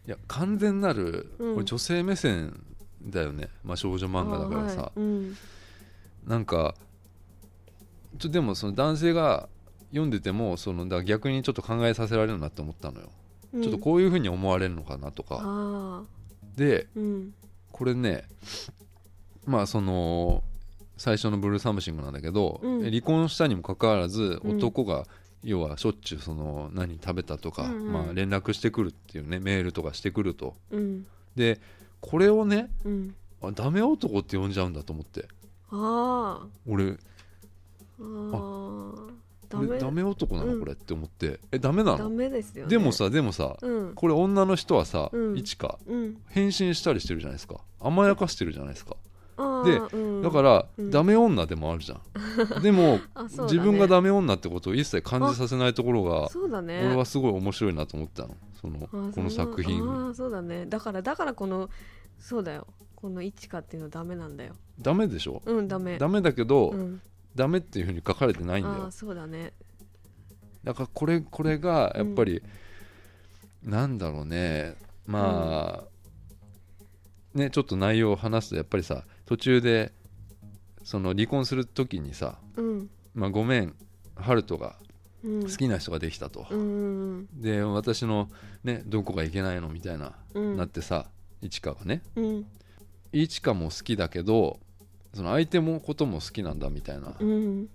S1: や完全なる、
S2: うん
S1: これ女性目線だよね、まあ、少女漫画だからさ、
S2: あーはいうん
S1: なんかちょでもその男性が読んでてもそのだから逆にちょっと考えさせられるなって思ったのよ、
S2: うん
S1: ちょっとこういうふうに思われるのかなとか
S2: あ
S1: で
S2: ーうん
S1: これねまあその最初の「ブルーサムシング」なんだけど、
S2: うん
S1: 離婚したにもかかわらず
S2: うん
S1: 男が、要はしょっちゅうその何食べたとか、
S2: うんうん
S1: まあ、連絡してくるっていうねメールとかしてくると
S2: うん
S1: でこれをね
S2: うん
S1: あダメ男って呼んじゃうんだと思って
S2: あ
S1: 俺
S2: ーあーダ
S1: 俺
S2: メ
S1: ダメ男な
S2: う
S1: の
S2: ん
S1: これって思って、えダメな
S2: ダ
S1: の
S2: メですよね
S1: でもさでもさ、
S2: うん
S1: これ女の人はさ、
S2: うん
S1: 一か
S2: うん
S1: 変身したりしてるじゃないですか甘やかしてるじゃないですかで
S2: で
S1: だから、
S2: うん
S1: ダメ女でもあるじゃんで も、
S2: あそうだね
S1: 自分がダメ女ってことを一切感じさせないところが、
S2: そうだね
S1: 俺はすごい面白いなと思ったのその
S2: あ
S1: この
S2: そ
S1: 作品
S2: あーそうだねだからだからこのそうだよこの「一か」っていうのはダメなんだよ
S1: ダメでしょ、
S2: うんダメ
S1: ダメだけど、
S2: うん、
S1: ダメっていうふうに書かれてないんだ
S2: ああ
S1: よ
S2: ーそうだね
S1: だからこれこれがやっぱり、なんだろうねまあ、ねちょっと内容を話すとやっぱりさ途中でその離婚する時にさ
S2: うん
S1: 「まあ、ごめんハルトが
S2: うん
S1: 好きな人ができたと」
S2: うんうん
S1: で私の、ね、どこがいけないのみたいな、
S2: うん
S1: なってさ一華がね
S2: うん
S1: 一華も好きだけどその相手もことも好きなんだみたいな、
S2: うん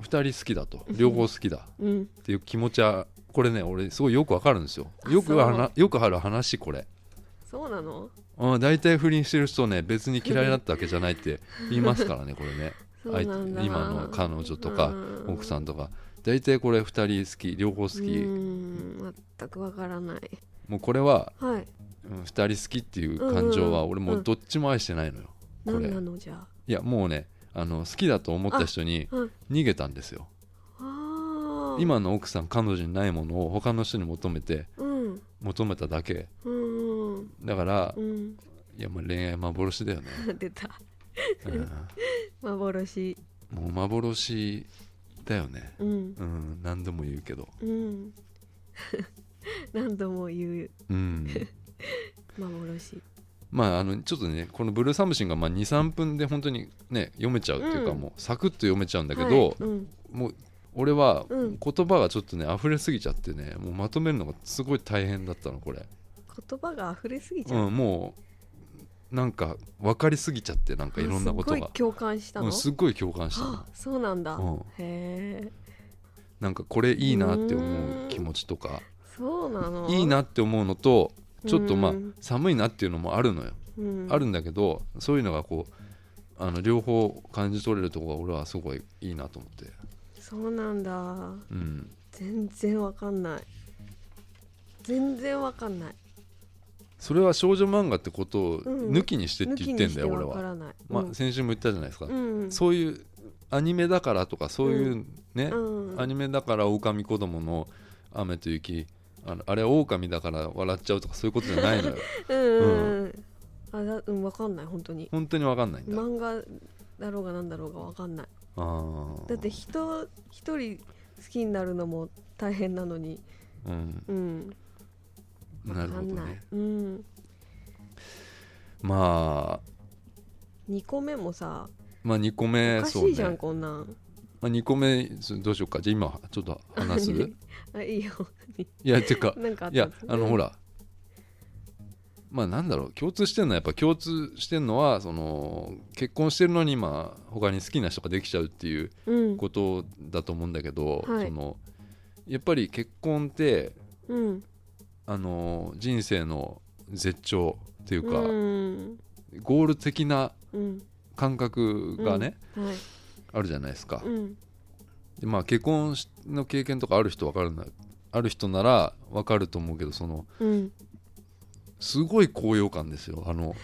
S1: 二人好きだと両方好きだ
S2: うん
S1: っていう気持ちはこれね俺すごいよくわかるんですよよくはなよくある話これ
S2: そうなの
S1: うん大体不倫してる人ね別に嫌いだったわけじゃないって言いますからねこれね
S2: そうなんだ
S1: 相手今の彼女とか奥さ
S2: ん
S1: んとか大体これ二人好き両方好き、
S2: うん全くわからない
S1: もうこれは
S2: はい
S1: うん二人好きっていう感情は
S2: うんうん
S1: 俺もうどっちも愛してないのよ、これ
S2: 何なのじゃあ
S1: いやもうねあの好きだと思った人に
S2: あうん
S1: 逃げたんですよ、
S2: あー
S1: 今の奥さん彼女にないものを他の人に求めて
S2: うん
S1: 求めただけ
S2: うんうん
S1: だから、
S2: うん
S1: いやもう恋愛幻だよね、
S2: 出た
S1: うん
S2: 幻
S1: もう幻だよね
S2: うん
S1: うん何度も言うけど
S2: うん 何度も言う
S1: うん
S2: 幻
S1: まああのちょっとねこの「ブルーサムシンが」まあ23分で本当にね読めちゃうっていうか、
S2: うん
S1: もうサクッと読めちゃうんだけ
S2: はい
S1: ど、
S2: うん
S1: もう俺は
S2: うん
S1: 言葉がちょっとね溢れすぎちゃってねもうまとめるのがすごい大変だったのこれ、
S2: 言葉が溢れすぎち
S1: う、
S2: ゃうん
S1: もうなんか分かりすぎちゃってなんかいろんなこと
S2: すっご
S1: が
S2: い共感した
S1: う
S2: の、
S1: ん、すっごい共感したの
S2: あそうなんだ、
S1: うん
S2: へえ
S1: なんかこれいいなって思う気持ちとか
S2: そうなの
S1: いい、なって思うのとちょっとまあ
S2: うん
S1: 寒いなっていうのもあるのよ
S2: うん
S1: あるんだけどそういうのがこうあの両方感じ取れるとこが俺はすごいいいなと思って、
S2: そうなんだ
S1: うん、
S2: 全然わかんない全然わかんない
S1: それは少女漫画ってことを
S2: うん
S1: 抜きにしてって言ってんだよ、
S2: 抜き
S1: 俺
S2: にしてわから
S1: は、
S2: ない
S1: まあ、先週も言ったじゃないですか、
S2: うんうん
S1: そういうアニメだからとかそういうね、
S2: うん
S1: アニメだから狼子供の雨と雪あのあれ狼だから笑っちゃうとかそういうことじゃ ないのよ
S2: うんうんあだうんわかんない本当に
S1: 本当に分かんないんだ、
S2: 漫画だろうがなんだろうがわかんない
S1: あー
S2: だって人一人好きになるのも大変なのに
S1: うん、
S2: うんわ
S1: な
S2: か
S1: るほ
S2: ん
S1: ど
S2: ない、
S1: ね
S2: うん
S1: まあ
S2: 2個目もさ
S1: まあ2個
S2: お
S1: 目
S2: か
S1: そ
S2: し
S1: う
S2: いじゃん、
S1: ね、
S2: こんなん
S1: まあ、2個目そうどうしようかじゃあ今ちょっと話す い
S2: あいいよ
S1: やてか
S2: なんかあった
S1: いやあのほ
S2: ら
S1: らまあなんだろう共通してるのはやっぱ共通してるのはその結婚してるのに今他に好きな人ができちゃうっていう
S2: うん
S1: ことだと思うんだけど、
S2: はい
S1: そのやっぱり結婚って
S2: うん
S1: あの人生の絶頂っていうか、
S2: うん
S1: ゴール的な
S2: うん
S1: 感覚がね、
S2: はい
S1: あるじゃないですか、
S2: うん
S1: でまあ結婚しの経験とかある人わかるなある人ならわかると思うけどその
S2: うん
S1: すごい高揚感ですよあ の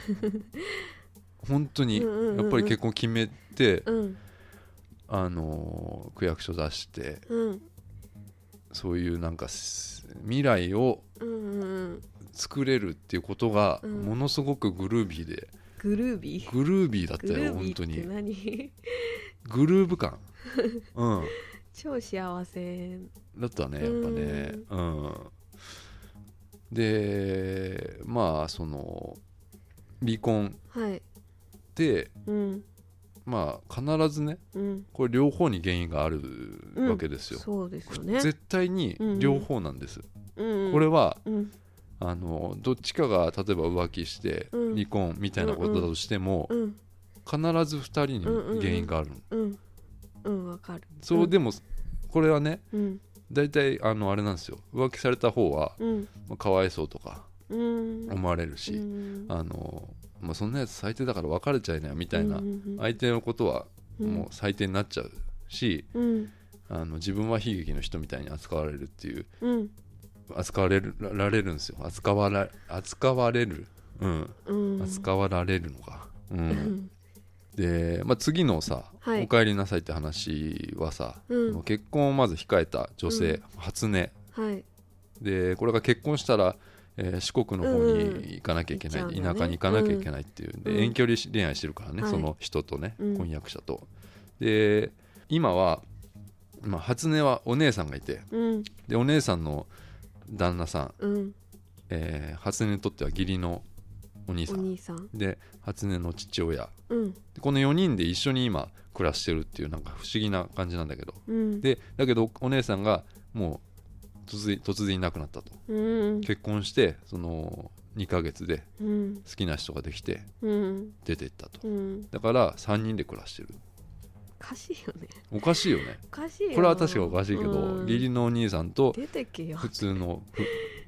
S1: 本当に
S2: うんうんうんうん
S1: やっぱり結婚決めて、
S2: うん
S1: あのー区役所出して
S2: うん
S1: そういうなんかす未来を
S2: うんうん
S1: 作れるっていうことが
S2: うん
S1: ものすごくグルービーで、
S2: グルービー
S1: グルービーだっ
S2: グ
S1: た
S2: ル
S1: よ
S2: ービ
S1: 本当
S2: ーって
S1: に
S2: 何
S1: グルーヴ感、うん、
S2: 超幸せ
S1: だったねやっぱねうん、でまあその離婚
S2: はい
S1: って
S2: うん
S1: まあ必ずね
S2: うん
S1: これ両方に原因がある
S2: うん
S1: わけですよ、
S2: そうですよね
S1: 絶対に
S2: うんうん
S1: 両方なんです、
S2: うんうん
S1: これは
S2: うん
S1: あのどっちかが例えば浮気して
S2: うん
S1: 離婚みたいなことだとしても、
S2: うん
S1: 必ず2人に原因があるの、
S2: うんうんわかる
S1: そうでもこれはね
S2: うん
S1: 大体あのあれなんですよ浮気された方は、
S2: うん
S1: まあかわいそうとか
S2: うん
S1: 思われるし、
S2: うん
S1: あの、まあ、そんなやつ最低だから別れちゃいなよみたいな、
S2: うんうん
S1: 相手のことは
S2: うん
S1: もう最低になっちゃうし、
S2: うん
S1: あの自分は悲劇の人みたいに扱われるっていう
S2: うん
S1: 扱われるらられるんですよ扱わら扱われるうん
S2: うん
S1: 扱わられるのか、うん
S2: うん
S1: で、まあ、次のさ「
S2: はい
S1: お帰りなさい」って話はさ、
S2: うん
S1: もう結婚をまず控えた女性、初音
S2: はい
S1: でこれが結婚したら、えー四国の方
S2: うん
S1: に行かなきゃいけない、
S2: 行っちゃうんだね
S1: 田舎に行かなきゃいけないっていう、
S2: うん
S1: で遠距離恋愛してるからね、
S2: はい
S1: その人とね、
S2: うん
S1: 婚約者とで今は、まあ、初音はお姉さんがいて
S2: うん
S1: でお姉さんの旦那さん、
S2: うん
S1: えー初音にとっては義理のお兄さ
S2: お
S1: ん
S2: 兄さん
S1: で初音の父親
S2: うん
S1: でこの4人で一緒に今暮らしてるっていうなんか不思議な感じなんだけど
S2: うん
S1: でだけどお姉さんがもう突然突然いなくなったと
S2: うん
S1: 結婚してその2ヶ月で
S2: うん
S1: 好きな人ができて
S2: うん
S1: 出てったと
S2: うん
S1: だから3人で暮らしてる
S2: おかしいよね
S1: おかしいよね
S2: おかしいよ
S1: これは確かおかしいけど、
S2: うん
S1: 義理のお兄さんと
S2: 出てけよ
S1: 普通のふ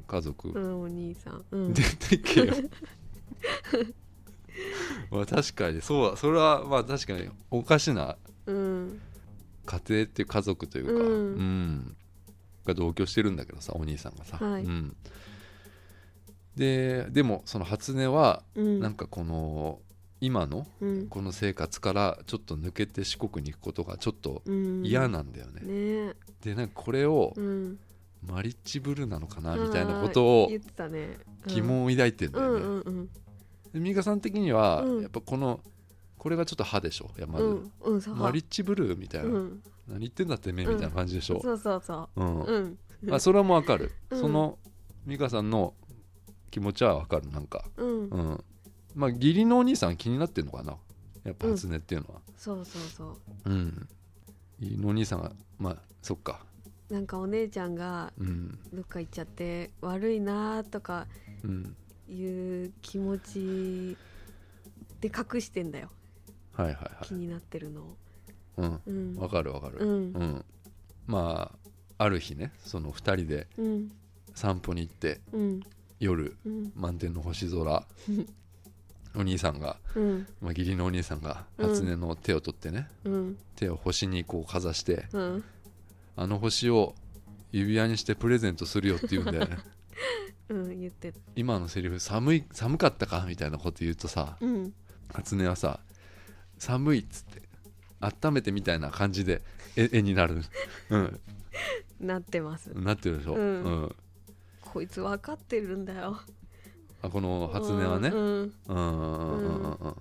S1: 家
S2: う
S1: 族
S2: んお兄さんうん
S1: 出てけよ まあ確かにそうそれはまあ確かにおかしな
S2: うん
S1: 家庭っていう家族というか、
S2: うん
S1: うんが同居してるんだけどさお兄さんがさ、
S2: はい
S1: うん、ででもその初音は
S2: うん
S1: なんかこの今の
S2: うん
S1: この生活からちょっと抜けて四国に行くことがちょっと
S2: うん
S1: 嫌なんだよね、
S2: ね
S1: でなんかこれを
S2: うん
S1: マリッジブルーなのかな
S2: あー
S1: みたいなことを
S2: 言ってたねうん
S1: 疑問を抱いてんだ
S2: う
S1: よ
S2: ん
S1: ね、
S2: うんうん
S1: でミカさん的には
S2: うん
S1: やっぱこのこれがちょっと歯でしょいやま
S2: う
S1: ず、
S2: んうんそう
S1: マリッジブルーみたいな、
S2: うん
S1: 何言ってんだって目みたいな感じでしょ、
S2: そうそうそううんうん
S1: まあそれはもうわかる、
S2: うん
S1: その美香さんの気持ちはわかるなんか
S2: うん
S1: うんまあ義理のお兄さん気になってんのかなやっぱ初音っていうのは
S2: そうそうそ
S1: うん義理のお兄さんがまあそっか
S2: うなんかお姉ちゃんが
S1: うん
S2: どっか行っちゃって悪いなーとか
S1: うん
S2: いう気持ちで隠してんだよ
S1: はいはい
S2: 気になってるのを
S1: はい
S2: うん
S1: うんわかるわかる
S2: うん
S1: うんまあある日ねその2人で
S2: うん
S1: 散歩に行って
S2: うん
S1: 夜
S2: うん
S1: 満天の星 空お兄さんが、
S2: うん
S1: まあ、義理のお兄さんが
S2: うん
S1: 初音の手を取ってね、
S2: うん
S1: 手を星にこうかざして
S2: うん
S1: あの星を指輪にしてプレゼントするよって言うんだよ ね
S2: うん言ってた
S1: 今のセリフ寒い寒かったかみたいなこと言うとさ
S2: うん
S1: 初音はさ寒いっつって温めてみたいな感じで絵絵になる、うん、
S2: なってます
S1: なってるでしょ、
S2: うんこいつ分かってるんだよ
S1: あこの初音はね
S2: うんう
S1: うんう
S2: ん
S1: んうんうんうん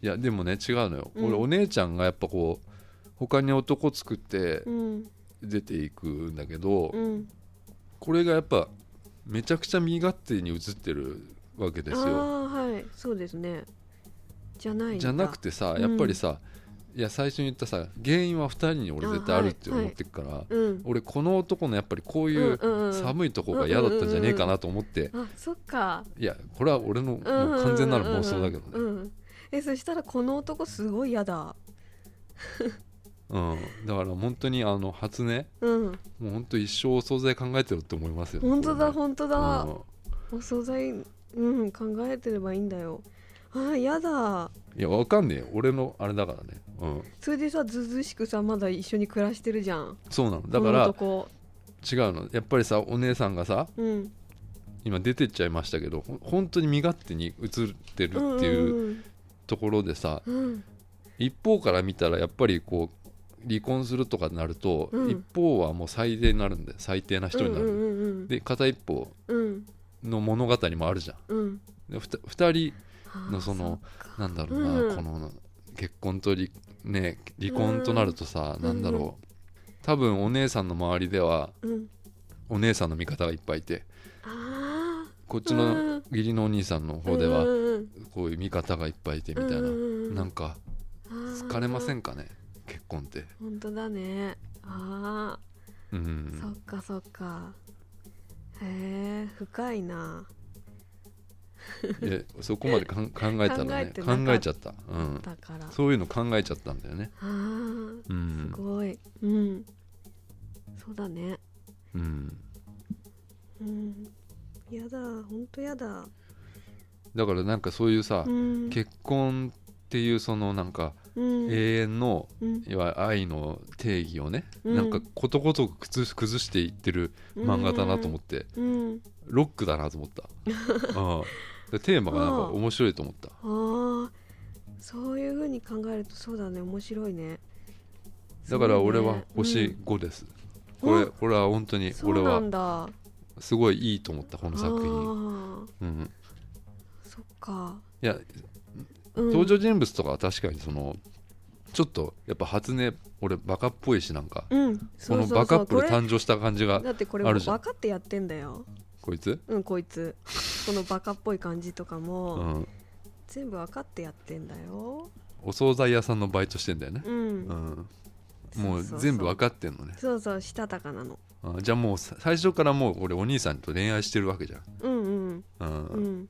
S1: いやでもね違うのよ、
S2: うん
S1: 俺お姉ちゃんがやっぱこう他に男作って
S2: うん
S1: 出ていくんだけど、
S2: うん
S1: これがやっぱめちゃくちゃ身勝手に映ってるわけです
S2: あ
S1: よ
S2: あはいそうですねじゃないんだ
S1: じゃなくてさ
S2: うん
S1: やっぱりさ、いや最初に言ったさ原因は2人に俺絶対あるって
S2: あはい
S1: 思ってるから、
S2: うん
S1: 俺この男のやっぱりこういうん
S2: ん
S1: 寒いとこが嫌だったんじゃねえかなと思って、
S2: あそっか
S1: いやこれは俺のもう
S2: うんうんうんうん
S1: 完全なる妄想だけどね、
S2: うんえそしたらこの男すごい嫌だ
S1: うんだから本当にあの初音
S2: うん
S1: もう本当一生お惣菜考えてるって思いますよね
S2: 本当だ
S1: こ
S2: 本当
S1: れね
S2: だお惣菜うん考えてればいいんだよあーやだ
S1: うんいやわかんねえよ俺のあれだからね、うん、
S2: それでさずうずうしくさまだ一緒に暮らしてるじゃん
S1: そうなのだから
S2: この
S1: 違
S2: 男
S1: うのやっぱりさお姉さんがさ
S2: うん
S1: 今出てっちゃいましたけどほん本当に身勝手に映ってるっていううところでさ、
S2: うんうん
S1: 一方から見たらやっぱりこう離婚するとかになると、
S2: うん
S1: 一方はもう最低になるんで最低な人になる、
S2: うんうん
S1: で片一方
S2: うん
S1: の物語もあるじゃ
S2: うんうん
S1: んでふた二人
S2: あー
S1: のその
S2: っか
S1: なんだろうな、
S2: うん
S1: この結婚と離,、ね、離婚となるとさ、
S2: うん
S1: なんだろう多分お姉さんの周りでは
S2: うん
S1: お姉さんの味方がいっぱいいて
S2: ああ
S1: こっちの義理のお兄さんの方では、
S2: うんうんうん
S1: こういう味方がいっぱいいてみたいな、
S2: うんうんうん
S1: なんか
S2: あー
S1: 疲れませんかね結婚って
S2: 本当だねあ
S1: う
S2: あ、そ
S1: ん
S2: っかそっかへえ深いな
S1: でそこまで かん考えたらね
S2: 考えてな
S1: 考
S2: か
S1: え
S2: った
S1: ちゃった、うん、
S2: だからあ
S1: そういうの考えちゃったんだよね
S2: あー
S1: う
S2: す
S1: ん、
S2: ごいうんそうだね
S1: うん、
S2: うんやだ本当やだ
S1: だからなんかそういうさ、
S2: うん
S1: 結婚っていうそのなんか
S2: うん
S1: 永遠の
S2: うん
S1: いわゆる愛の定義をね、
S2: うん
S1: なんかことごとく崩し崩していってる漫画だなと思って、
S2: うん
S1: ロックだなと思った、 うん、でテーマがなんか面白いと思った
S2: ああそういうふうに考えるとそうだね面白いね
S1: だから俺は
S2: そう
S1: 星
S2: ね
S1: 5です、
S2: うん
S1: これこれは本当
S2: う
S1: に
S2: んそ
S1: 俺
S2: うな
S1: は
S2: んだ
S1: すごいいいと思ったこの作品、
S2: あ
S1: うん、
S2: ーそっか、
S1: いや
S2: うん、
S1: 登場人物とかは確かにそのちょっとやっぱ初音俺バカっぽいしなんか
S2: うん、
S1: こ
S2: そう
S1: の
S2: そうそう
S1: バカップル
S2: これ
S1: 誕生した感じが
S2: だってこれ
S1: あ
S2: も
S1: る
S2: う
S1: じゃん
S2: 分かってやってんだよ
S1: こいつ
S2: うんこいつこのバカっぽい感じとかも、
S1: うん、
S2: 全部分かってやってんだよ
S1: お惣菜屋さんのバイトしてんだよね
S2: う、ん、
S1: うん、もう
S2: そそそ
S1: 全部分かってんのね
S2: そうそうしたたかなの
S1: あじゃあもうさ最初からもう俺お兄さんと恋愛してるわけじゃん、
S2: うんうん
S1: うん
S2: うん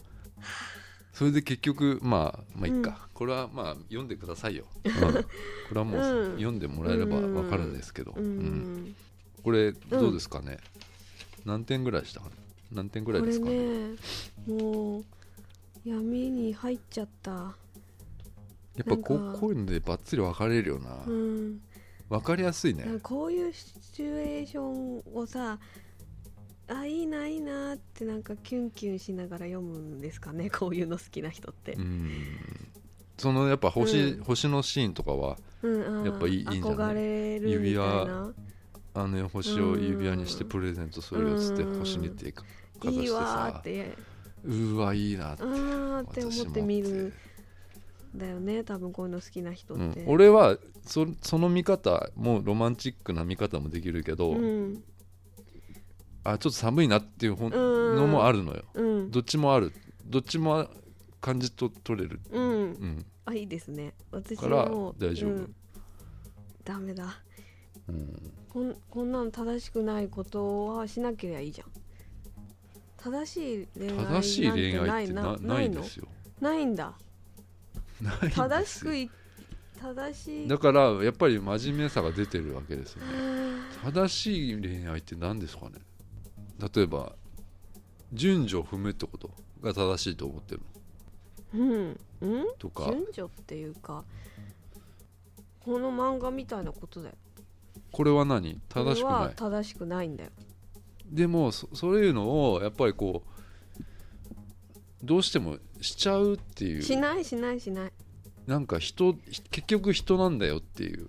S1: それで結局まあまあいっか、これはまあ読んでくだ さいよ、うんこれはもう
S2: うん
S1: 読んでもらえれば分かるんですけど、
S2: うん、
S1: うんこれどうですかね、何点ぐらいしたかな何点ぐら
S2: こ
S1: いで
S2: れ
S1: すかね
S2: ねもう闇に入っちゃった
S1: やっぱこ
S2: なん
S1: う
S2: か
S1: こういうのでバッツリ分かれるよな、
S2: うん
S1: 分かりやすいね
S2: なんかこういうシチュエーションをさあいいないいなってなんかキュンキュンしながら読むんですかねこういうの好きな人って
S1: う、んそのやっぱ星,、
S2: うん
S1: 星のシーンとかは
S2: うんあー
S1: やっぱいいいいんじゃない
S2: 憧れるみたいな
S1: あの星を指輪にして
S2: うん
S1: プレゼントするよっつって
S2: うん
S1: 星にってかかざ
S2: い
S1: し
S2: い
S1: て
S2: わー
S1: さ
S2: って
S1: うーわいいなって
S2: あーって
S1: 私
S2: 思
S1: も
S2: って見るんだよね多分こういうの好きな人っ
S1: う
S2: て、
S1: ん、俺はそその見方もロマンチックな見方もできるけど、
S2: うん
S1: あちょっと寒いなっていうほん
S2: うん
S1: のもあるのよ
S2: うん
S1: どっちもあるどっちもあ感じと取れる、
S2: うん
S1: うん、
S2: あいいですね私
S1: から
S2: はもう
S1: 大丈夫、
S2: うんダメだ
S1: うん
S2: こんこんなの正しくないことはしなければいいじゃん正しい恋愛なん
S1: 正しい恋
S2: てな
S1: 愛っ
S2: い
S1: て
S2: な
S1: な
S2: な
S1: ないい
S2: の
S1: ですよ
S2: ないんだ
S1: ないんですよ
S2: 正しくい正しい
S1: だからやっぱり真面目さが出てるわけですよ
S2: あ
S1: ね
S2: ー
S1: 正しい恋愛って何ですかね例えば順序を踏むってことが正しいと思ってる
S2: うんうん
S1: のとか
S2: 順序っていうかこの漫画みたいなことだよ
S1: これは何正しく
S2: これ
S1: な
S2: はい正しくないんだよ
S1: でもそそういうのをやっぱりこうどうしてもしちゃうっていう
S2: しないしないしない
S1: なんか人ひ結局人なんだよっていう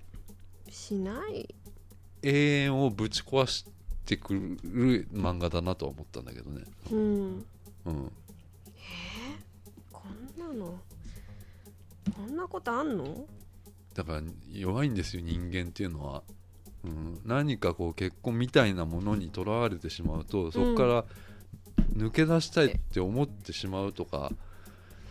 S2: しない
S1: 永遠をぶち壊してくる漫画だなとは思ったんだけどね、
S2: うん
S1: うん、
S2: こんなのこんなことあんの
S1: だから弱いんですよ人間っていうのは、うん、何かこう結婚みたいなものにとらわれてしまうとそこから抜け出したいって思ってしまうとか、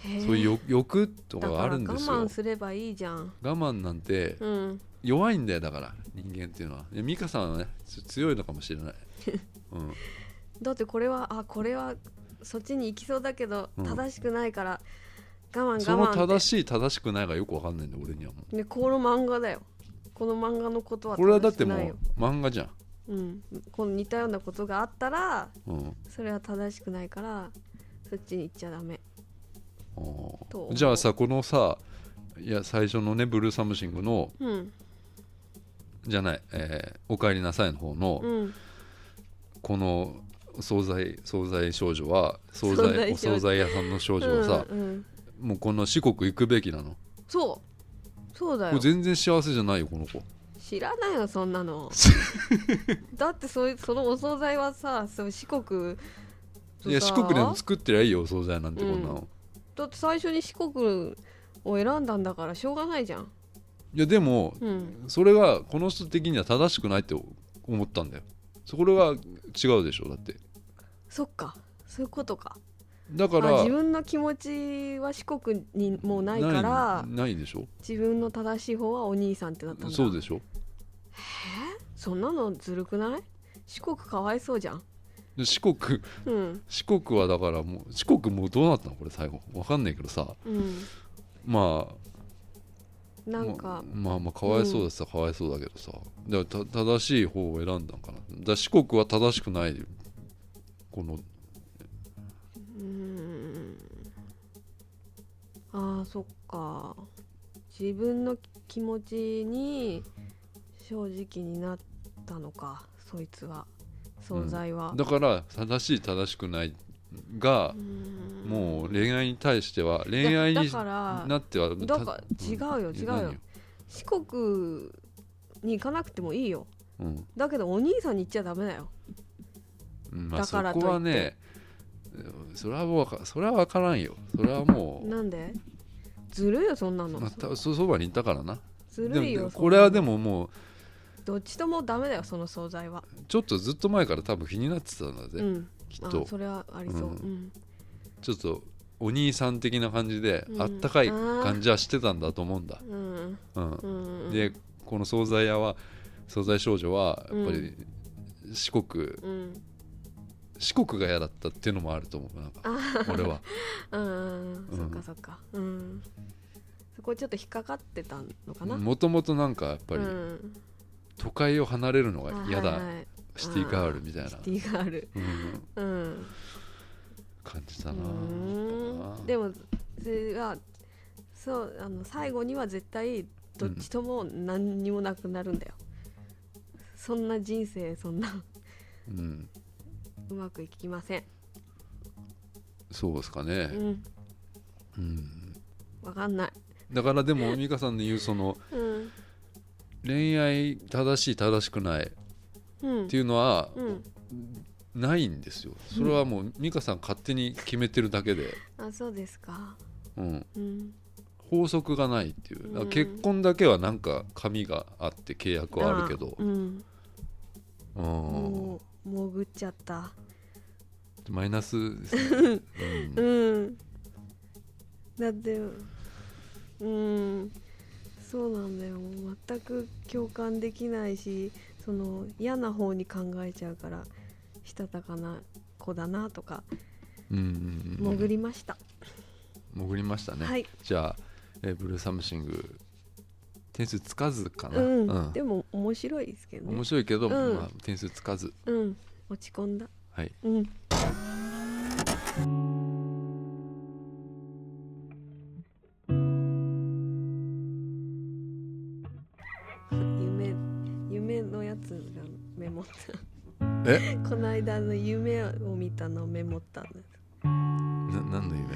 S1: そういう
S2: う
S1: 欲欲とか
S2: だ
S1: があ
S2: から
S1: るん
S2: 我
S1: ですよ
S2: 慢すればいいじゃん
S1: 我慢なんて
S2: うん
S1: 弱いんだよだから人間っていうのはで美香さんはねつ強いのかもし れない、うん、
S2: だってこれはあこれはそっちに行きそうだけど、
S1: うん
S2: 正しくないから我慢
S1: その
S2: 我慢って
S1: 正しい正しくないがよくわかんないんだ俺にはも
S2: ねこの漫画だよこの漫画のこと
S1: う
S2: は
S1: これはだって
S2: 正しく
S1: も
S2: ないうよ
S1: 漫画じゃん、
S2: うん、この似たようなことがあったら
S1: うん、
S2: それは正しくないからそっちに行っちゃダメ
S1: あ
S2: と
S1: ー
S2: 思う
S1: じゃあさこのさいや最初のねブルーサムシングの
S2: うん
S1: じゃない、えーお帰りなさい」の方の、
S2: うん
S1: この惣菜惣菜少女は惣
S2: 惣菜
S1: 菜お
S2: 少
S1: 惣
S2: 女
S1: 菜屋さんの少女はさ、
S2: うんうん、
S1: もうこの四国行くべきなの
S2: そうそうだ
S1: これ
S2: よ
S1: 全然幸せじゃないよこの子
S2: 知らないよそん なのだってそれそのお惣菜はさその四国
S1: いや四国でも作ってりゃいいよお惣菜なんてこんなの、
S2: うんだって最初に四国を選んだんだからしょうがないじゃん
S1: いやでも、
S2: うん
S1: それがこの人的には正しくないって思ったんだよそこが違うでしょだって
S2: そっかそういうことか
S1: だから
S2: あ自分の気持ちは四国にもうないから
S1: ないないでしょ
S2: 自分の正しい方はお兄さんってなったんだ
S1: そうでしょ
S2: そんなのずるくない四国かわいそうじゃん
S1: で四国
S2: うん
S1: 四国はだからもう四国もうどうなったのこれ最後わかんないけどさ
S2: うん
S1: まあ
S2: なんか
S1: まあまあまあかわいそうだしさ、かわいそうだけどさだからた正しい方を選んだんかなだから四国は正しくないこの
S2: うーんあーそっか自分の気持ちに正直になったのかそいつは惣菜は、
S1: だから正しい正しくないが
S2: うーん
S1: もう恋愛に対しては恋愛
S2: いや
S1: に
S2: だから
S1: なっては
S2: だから違うよ違うよ四国に行かなくてもいいよ
S1: うんうん
S2: だけどお兄さんに行っちゃダメだよ
S1: うんまあ
S2: だ
S1: そ
S2: からといって
S1: こはねうんそれはもうわかそれは分からんよそれはもう
S2: なんでずるいよそんなの、
S1: まあたそそばにいたからな
S2: ずるい
S1: で
S2: よ
S1: も
S2: そん
S1: こ
S2: な
S1: れ
S2: の
S1: はでももう
S2: どっちともダメだよその惣菜は
S1: ちょっとずっと前から多分気になってたんだ
S2: う
S1: ぜ
S2: ん
S1: きっ
S2: あ
S1: と
S2: それはありそう、
S1: う
S2: うんん
S1: ちょっとお兄さん的な感じで、
S2: うん
S1: あったかい感じはしてたんだと思うんだ、
S2: うん
S1: うん
S2: うん
S1: でこの惣菜屋は惣菜少女はやっぱり四国、
S2: うん
S1: 四国が嫌だったっていうのもあると思うなんか
S2: あ
S1: 俺は
S2: うん
S1: うん
S2: そっかそっかうんそこちょっと引っかかってたのかなやっ
S1: もともとなんかやっぱり
S2: うん、
S1: 都会を離れるのが嫌だ、
S2: あはいはい
S1: シティガールみたい
S2: シ
S1: な、
S2: ティガール
S1: うん、
S2: うん
S1: 感じだな
S2: うんでもそれがそうあの最後には絶対どっちとも何にもなくなるんだよ、そんな人生そんな
S1: うん、
S2: うまくいきません
S1: そうですか
S2: う
S1: ね、
S2: ん
S1: うん、
S2: わかんない
S1: だからでも美香さんの言うその
S2: うん
S1: 恋愛正しい正しくないっ
S2: うん
S1: ていうのは
S2: うん
S1: ないんですよそれはもう美香さん勝手に決めてるだけで、
S2: あそうですか
S1: うん、
S2: うん
S1: 法則がないっていうだから
S2: うん
S1: 結婚だけはなんか紙があって契約はあるけど
S2: あうん
S1: う
S2: もう潜っちゃった
S1: んマイナス ですね、う
S2: うんんだってうんそうなんだよ全く共感できないしその嫌な方に考えちゃうからしたたかな子だなとか
S1: うんうんうん、
S2: 潜りました、
S1: 潜りましたね、
S2: はい、
S1: じゃあ、えーブルーサムシング点数つかずかな、
S2: うんでも面白いですけどね
S1: 面白いけど、
S2: うん
S1: まあ、点数つかず
S2: うん落ち込んだ
S1: はい
S2: うん夢夢のやつがメモった
S1: え
S2: この間の夢を見たのメモったんです
S1: な何の夢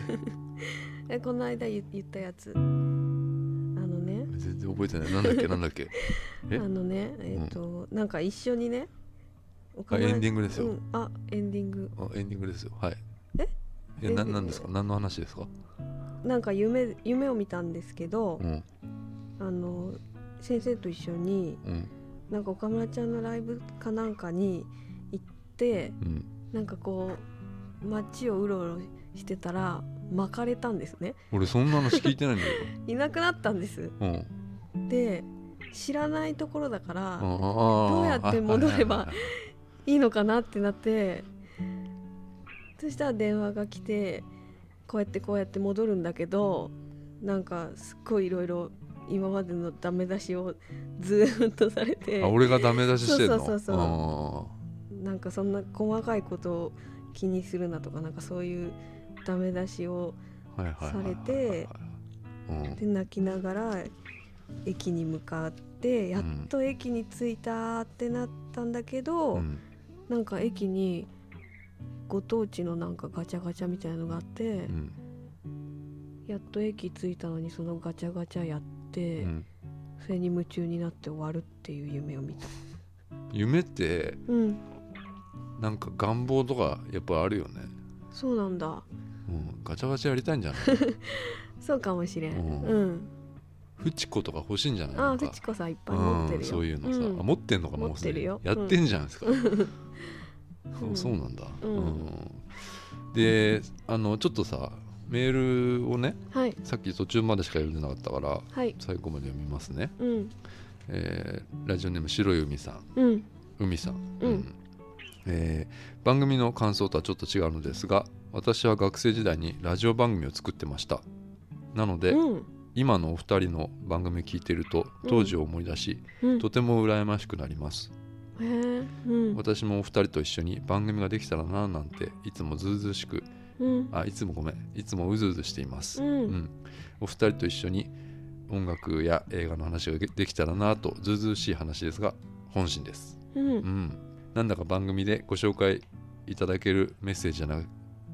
S2: えこの間言言ったやつあのね
S1: 全然覚えてないなんだっけなんだっけ
S2: あ
S1: え
S2: のねえっ、と、なんか一緒にねお
S1: あ
S2: 金
S1: エンディングですよ、
S2: うん、あエンディング
S1: あエンディングですよはい
S2: え
S1: えななんですか何の話ですか
S2: なんか夢夢を見たんですけど、
S1: うん
S2: あの先生と一緒に
S1: うん
S2: なんか岡村ちゃんのライブかなんかに行って
S1: うん
S2: なんかこう街をうろうろしてたら巻かれたんですね
S1: 俺そんな話聞いてないんだけ
S2: いなくなったんです
S1: どうん
S2: で知らないところだか
S1: あ
S2: ら
S1: ー
S2: どうやって戻れば
S1: はいはいはい
S2: いのかなってなってそしたら電話が来てこうやってこうやって戻るんだけどなんかすっごいいろいろ今までのダメ出しをずーっとされ て
S1: あ俺がダメ出ししてんの
S2: そうそうそうそう
S1: あ
S2: なんかそんな細かいことを気にするなとかなんかそういうダメ出しを
S1: ーはいはいはいはいはい
S2: されて
S1: うん
S2: で泣きながら駅に向かってやっと駅に着いたってなったんだけど、
S1: うん
S2: なんか駅にご当地のなんかガチャガチャみたいなのがあって、
S1: うん
S2: やっと駅着いたのにそのガチャガチャやって、
S1: うん
S2: それに夢中になって終わるっていう夢を見た。
S1: 夢って
S2: うん
S1: なんか願望とかやっぱあるよね、
S2: そうなんだ
S1: うん、ガチャガチャやりたいん じゃない
S2: そうかもしれん。
S1: うん
S2: うん、
S1: フチコとか欲しいんじゃない
S2: あ
S1: な
S2: あ
S1: んか
S2: フチコさんいっぱい持ってるよ。
S1: うん、そういうのさ、
S2: ん
S1: あ持ってんのかな
S2: 持ってるよ
S1: もうすでにやってんじゃないですか、 そう
S2: うん
S1: そうなんだ、
S2: うん
S1: であのちょっとさメールをね
S2: はい
S1: さっき途中までしか読んでなかったから
S2: はい
S1: 最後まで読みますね、
S2: うん
S1: えーラジオネーム白い海さん
S2: うん
S1: 海さん、
S2: うん
S1: えー番組の感想とはちょっと違うのですが私は学生時代にラジオ番組を作ってましたなので、
S2: うん
S1: 今のお二人の番組聞いてると当時を思い出し、
S2: うん
S1: とても羨ましくなります
S2: へえうん
S1: 私もお二人と一緒に番組ができたらななんていつもずうずうしく
S2: うん
S1: あいつもごめんいつもうずうずしています、
S2: うん
S1: お二人と一緒に音楽や映画の話ができたらなとずうずうしい話ですが本心です
S2: うん
S1: うん、なんだか番組でご紹介いただけるメッセージじゃな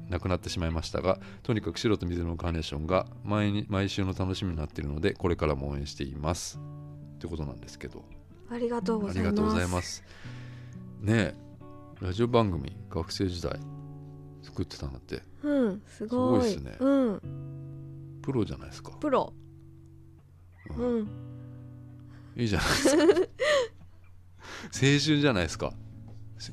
S1: なくなってしまいましたがとにかく白と水のカーネーションが毎に毎週の楽しみになっているのでこれからも応援していますってことなんですけど
S2: ありがとうご
S1: あ
S2: ざいます。
S1: りがとうございま。すねえラジオ番組学生時代作ってたんだって
S2: うんすごい。
S1: すごいっすね
S2: うん
S1: プロじゃないですか、
S2: プロう
S1: うん
S2: ん
S1: いいじゃないです か青春じゃないですか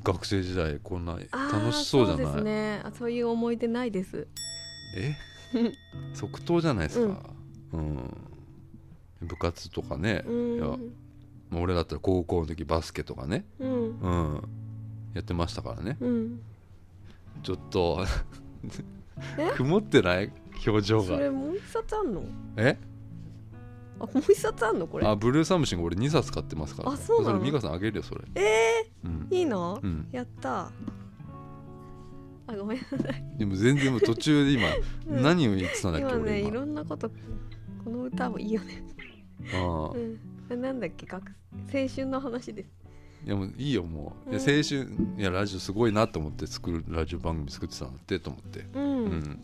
S1: 学生時代こんな
S2: あー
S1: 楽しそうじゃない
S2: そうですね。あそういう思い出ないです。
S1: え即答じゃないですか、うん部活とかね、
S2: うん
S1: いやまあ俺だったら高校の時バスケとかね、
S2: うん
S1: うん、やってましたからね
S2: うん
S1: ちょっと
S2: え
S1: 曇ってない表情
S2: そ
S1: が
S2: れもう一冊あんの
S1: え
S2: あもう一冊あんのこれ
S1: あブルーサムシング俺2冊買ってますから、
S2: あそうなの
S1: れ美香さんあげるよそれ
S2: え
S1: うん
S2: ー、、いいの、
S1: うん、
S2: やったあごめん、
S1: でも全然もう途中で今
S2: うん
S1: 何を言ってたんだっけ、
S2: 今
S1: 俺
S2: ねい
S1: 今
S2: ろんなことこの歌もいいよね、
S1: ああ
S2: うんあ、なんだっけ学青春の話です
S1: いやもういいよもう、いや
S2: うん
S1: 青春いやラジオすごいなと思って作るラジオ番組作ってたなってと思って
S2: う
S1: う
S2: んうん、
S1: ん、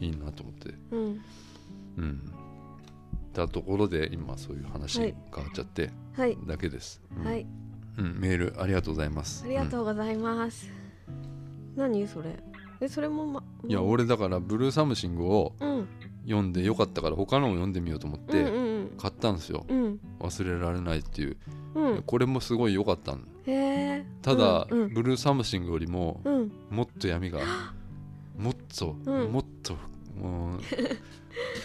S1: いいなと思ってうんたところで今そういう話
S2: は
S1: に
S2: い
S1: 変わっちゃって
S2: はい
S1: だけです、うん
S2: はい
S1: うん、メールありがとうございます
S2: ありがとうございます、何それえそれもま
S1: うんいや俺だからブルーサムシングを
S2: うん
S1: 読んでよかったから他のも読んでみようと思っ
S2: うん
S1: て
S2: うん
S1: 買ったんですよ
S2: うん
S1: 忘れられないっていう、
S2: うんうん
S1: これもすごい良かったん
S2: へえ
S1: ただ、
S2: うん
S1: ブルーサムシングよりも
S2: うん、うん
S1: もっと闇が もっと、
S2: うん
S1: もっともう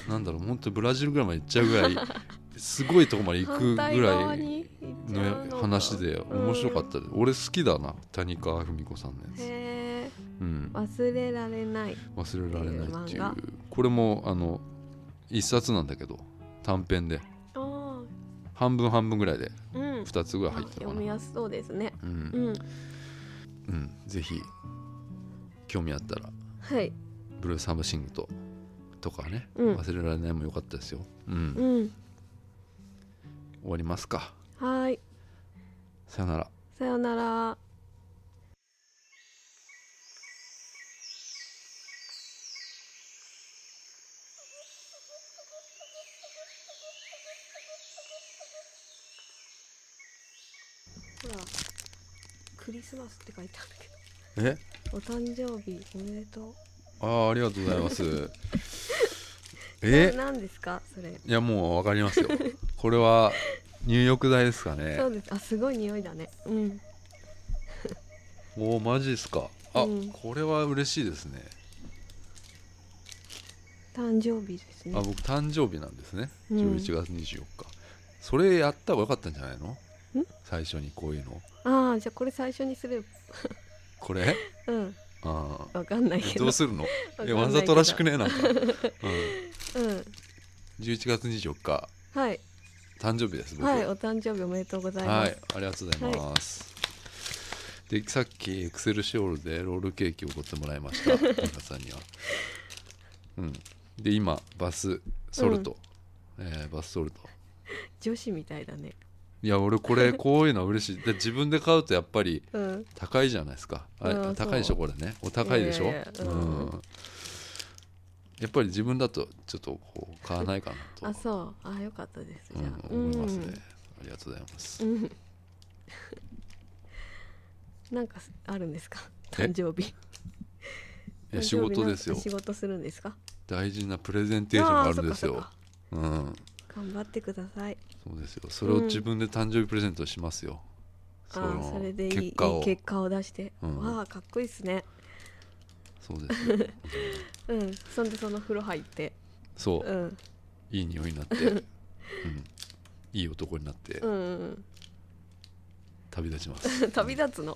S1: なんだろう本当ブラジルぐらいまで行っちゃうぐらいすごいとこまで行くぐ
S2: 反対
S1: ら
S2: 側
S1: い
S2: に行っちゃうのか
S1: の話で
S2: ん
S1: 面白かったです、俺好きだな谷川文子さんのやつ、
S2: へえ
S1: うん、
S2: 忘れられない
S1: 忘れられないって
S2: って
S1: い
S2: いうう漫画
S1: これもあの一冊なんだけど短編で
S2: あ
S1: 半分半分ぐらいで
S2: あうん
S1: 2つぐらい入ってる
S2: 読
S1: かな
S2: み、やすそうですね
S1: う
S2: うんん
S1: うん、ぜひ興味あったら
S2: はい
S1: ブルーサムシングととかね、
S2: うん
S1: 忘れられないも良かったですよ、うん
S2: うん
S1: 終わりますか
S2: はーい
S1: さよなら
S2: さよならほらクリスマスって書いてあるけ
S1: え
S2: どお誕生日おめでとう
S1: あーありがとうございます え
S2: 何ですかそれ
S1: いやもう分かりますよこれは入浴剤ですかね
S2: そうですあすごい匂いだねうん
S1: おおマジですかあ、
S2: うん
S1: これは嬉しいですね
S2: 誕生日ですね
S1: あ僕誕生日なんですね
S2: うん
S1: 11月24日、それやった方が良かったんじゃないの
S2: ん
S1: 最初にこういうの
S2: ああじゃあこれ最初にすれば
S1: こ れ
S2: うん
S1: あー
S2: わかんないけ
S1: え
S2: ど
S1: どうするの
S2: わか
S1: え
S2: んないけど
S1: わざとらしくねなん か、うん、
S2: うん
S1: 11月24日
S2: はい
S1: 誕生日です僕
S2: はい、お誕生日おめでとうございま
S1: は
S2: す。
S1: い、ありがとうございます。で、さっきエクセルシオールでロールケーキをおごってもらいま した、皆さんには。うん、で、今、バスソルト、えーバスソルト。
S2: 女子みたいだね。
S1: いや、俺、これ、こういうのは嬉しい。で自分で買うとやっぱり
S2: うん、
S1: 高いじゃないですか。あれ
S2: うんそう
S1: 高いでしょ、これね。お高いでしょ。
S2: いやいやいやうん
S1: うんやっぱり自分だとちょっとこう買わないかなと
S2: あ、そう、あ、よかったです。じゃあ、
S1: うん、思いますね、ありがとうございます、
S2: うん。うん。なんかあるんですか。
S1: え
S2: 誕生日。
S1: いや
S2: 誕生日
S1: 仕事ですよ
S2: なんか仕事するんですか。
S1: 大事なプレゼンテーションがあるんです
S2: あ
S1: よ
S2: ーそっか
S1: うん
S2: そっか頑張ってください。
S1: そうですよそれを自分で誕生日プレゼントしますよ、
S2: あー、それでいいい
S1: 結果を
S2: い結果を出して。
S1: うん
S2: わあ、かっこいいですね。
S1: そうですよ
S2: うん、そんで、その風呂入って。
S1: そう、
S2: うん、
S1: いい匂いになって、うん、いい男になって
S2: うん、
S1: 旅立ちます、
S2: うん旅立つの。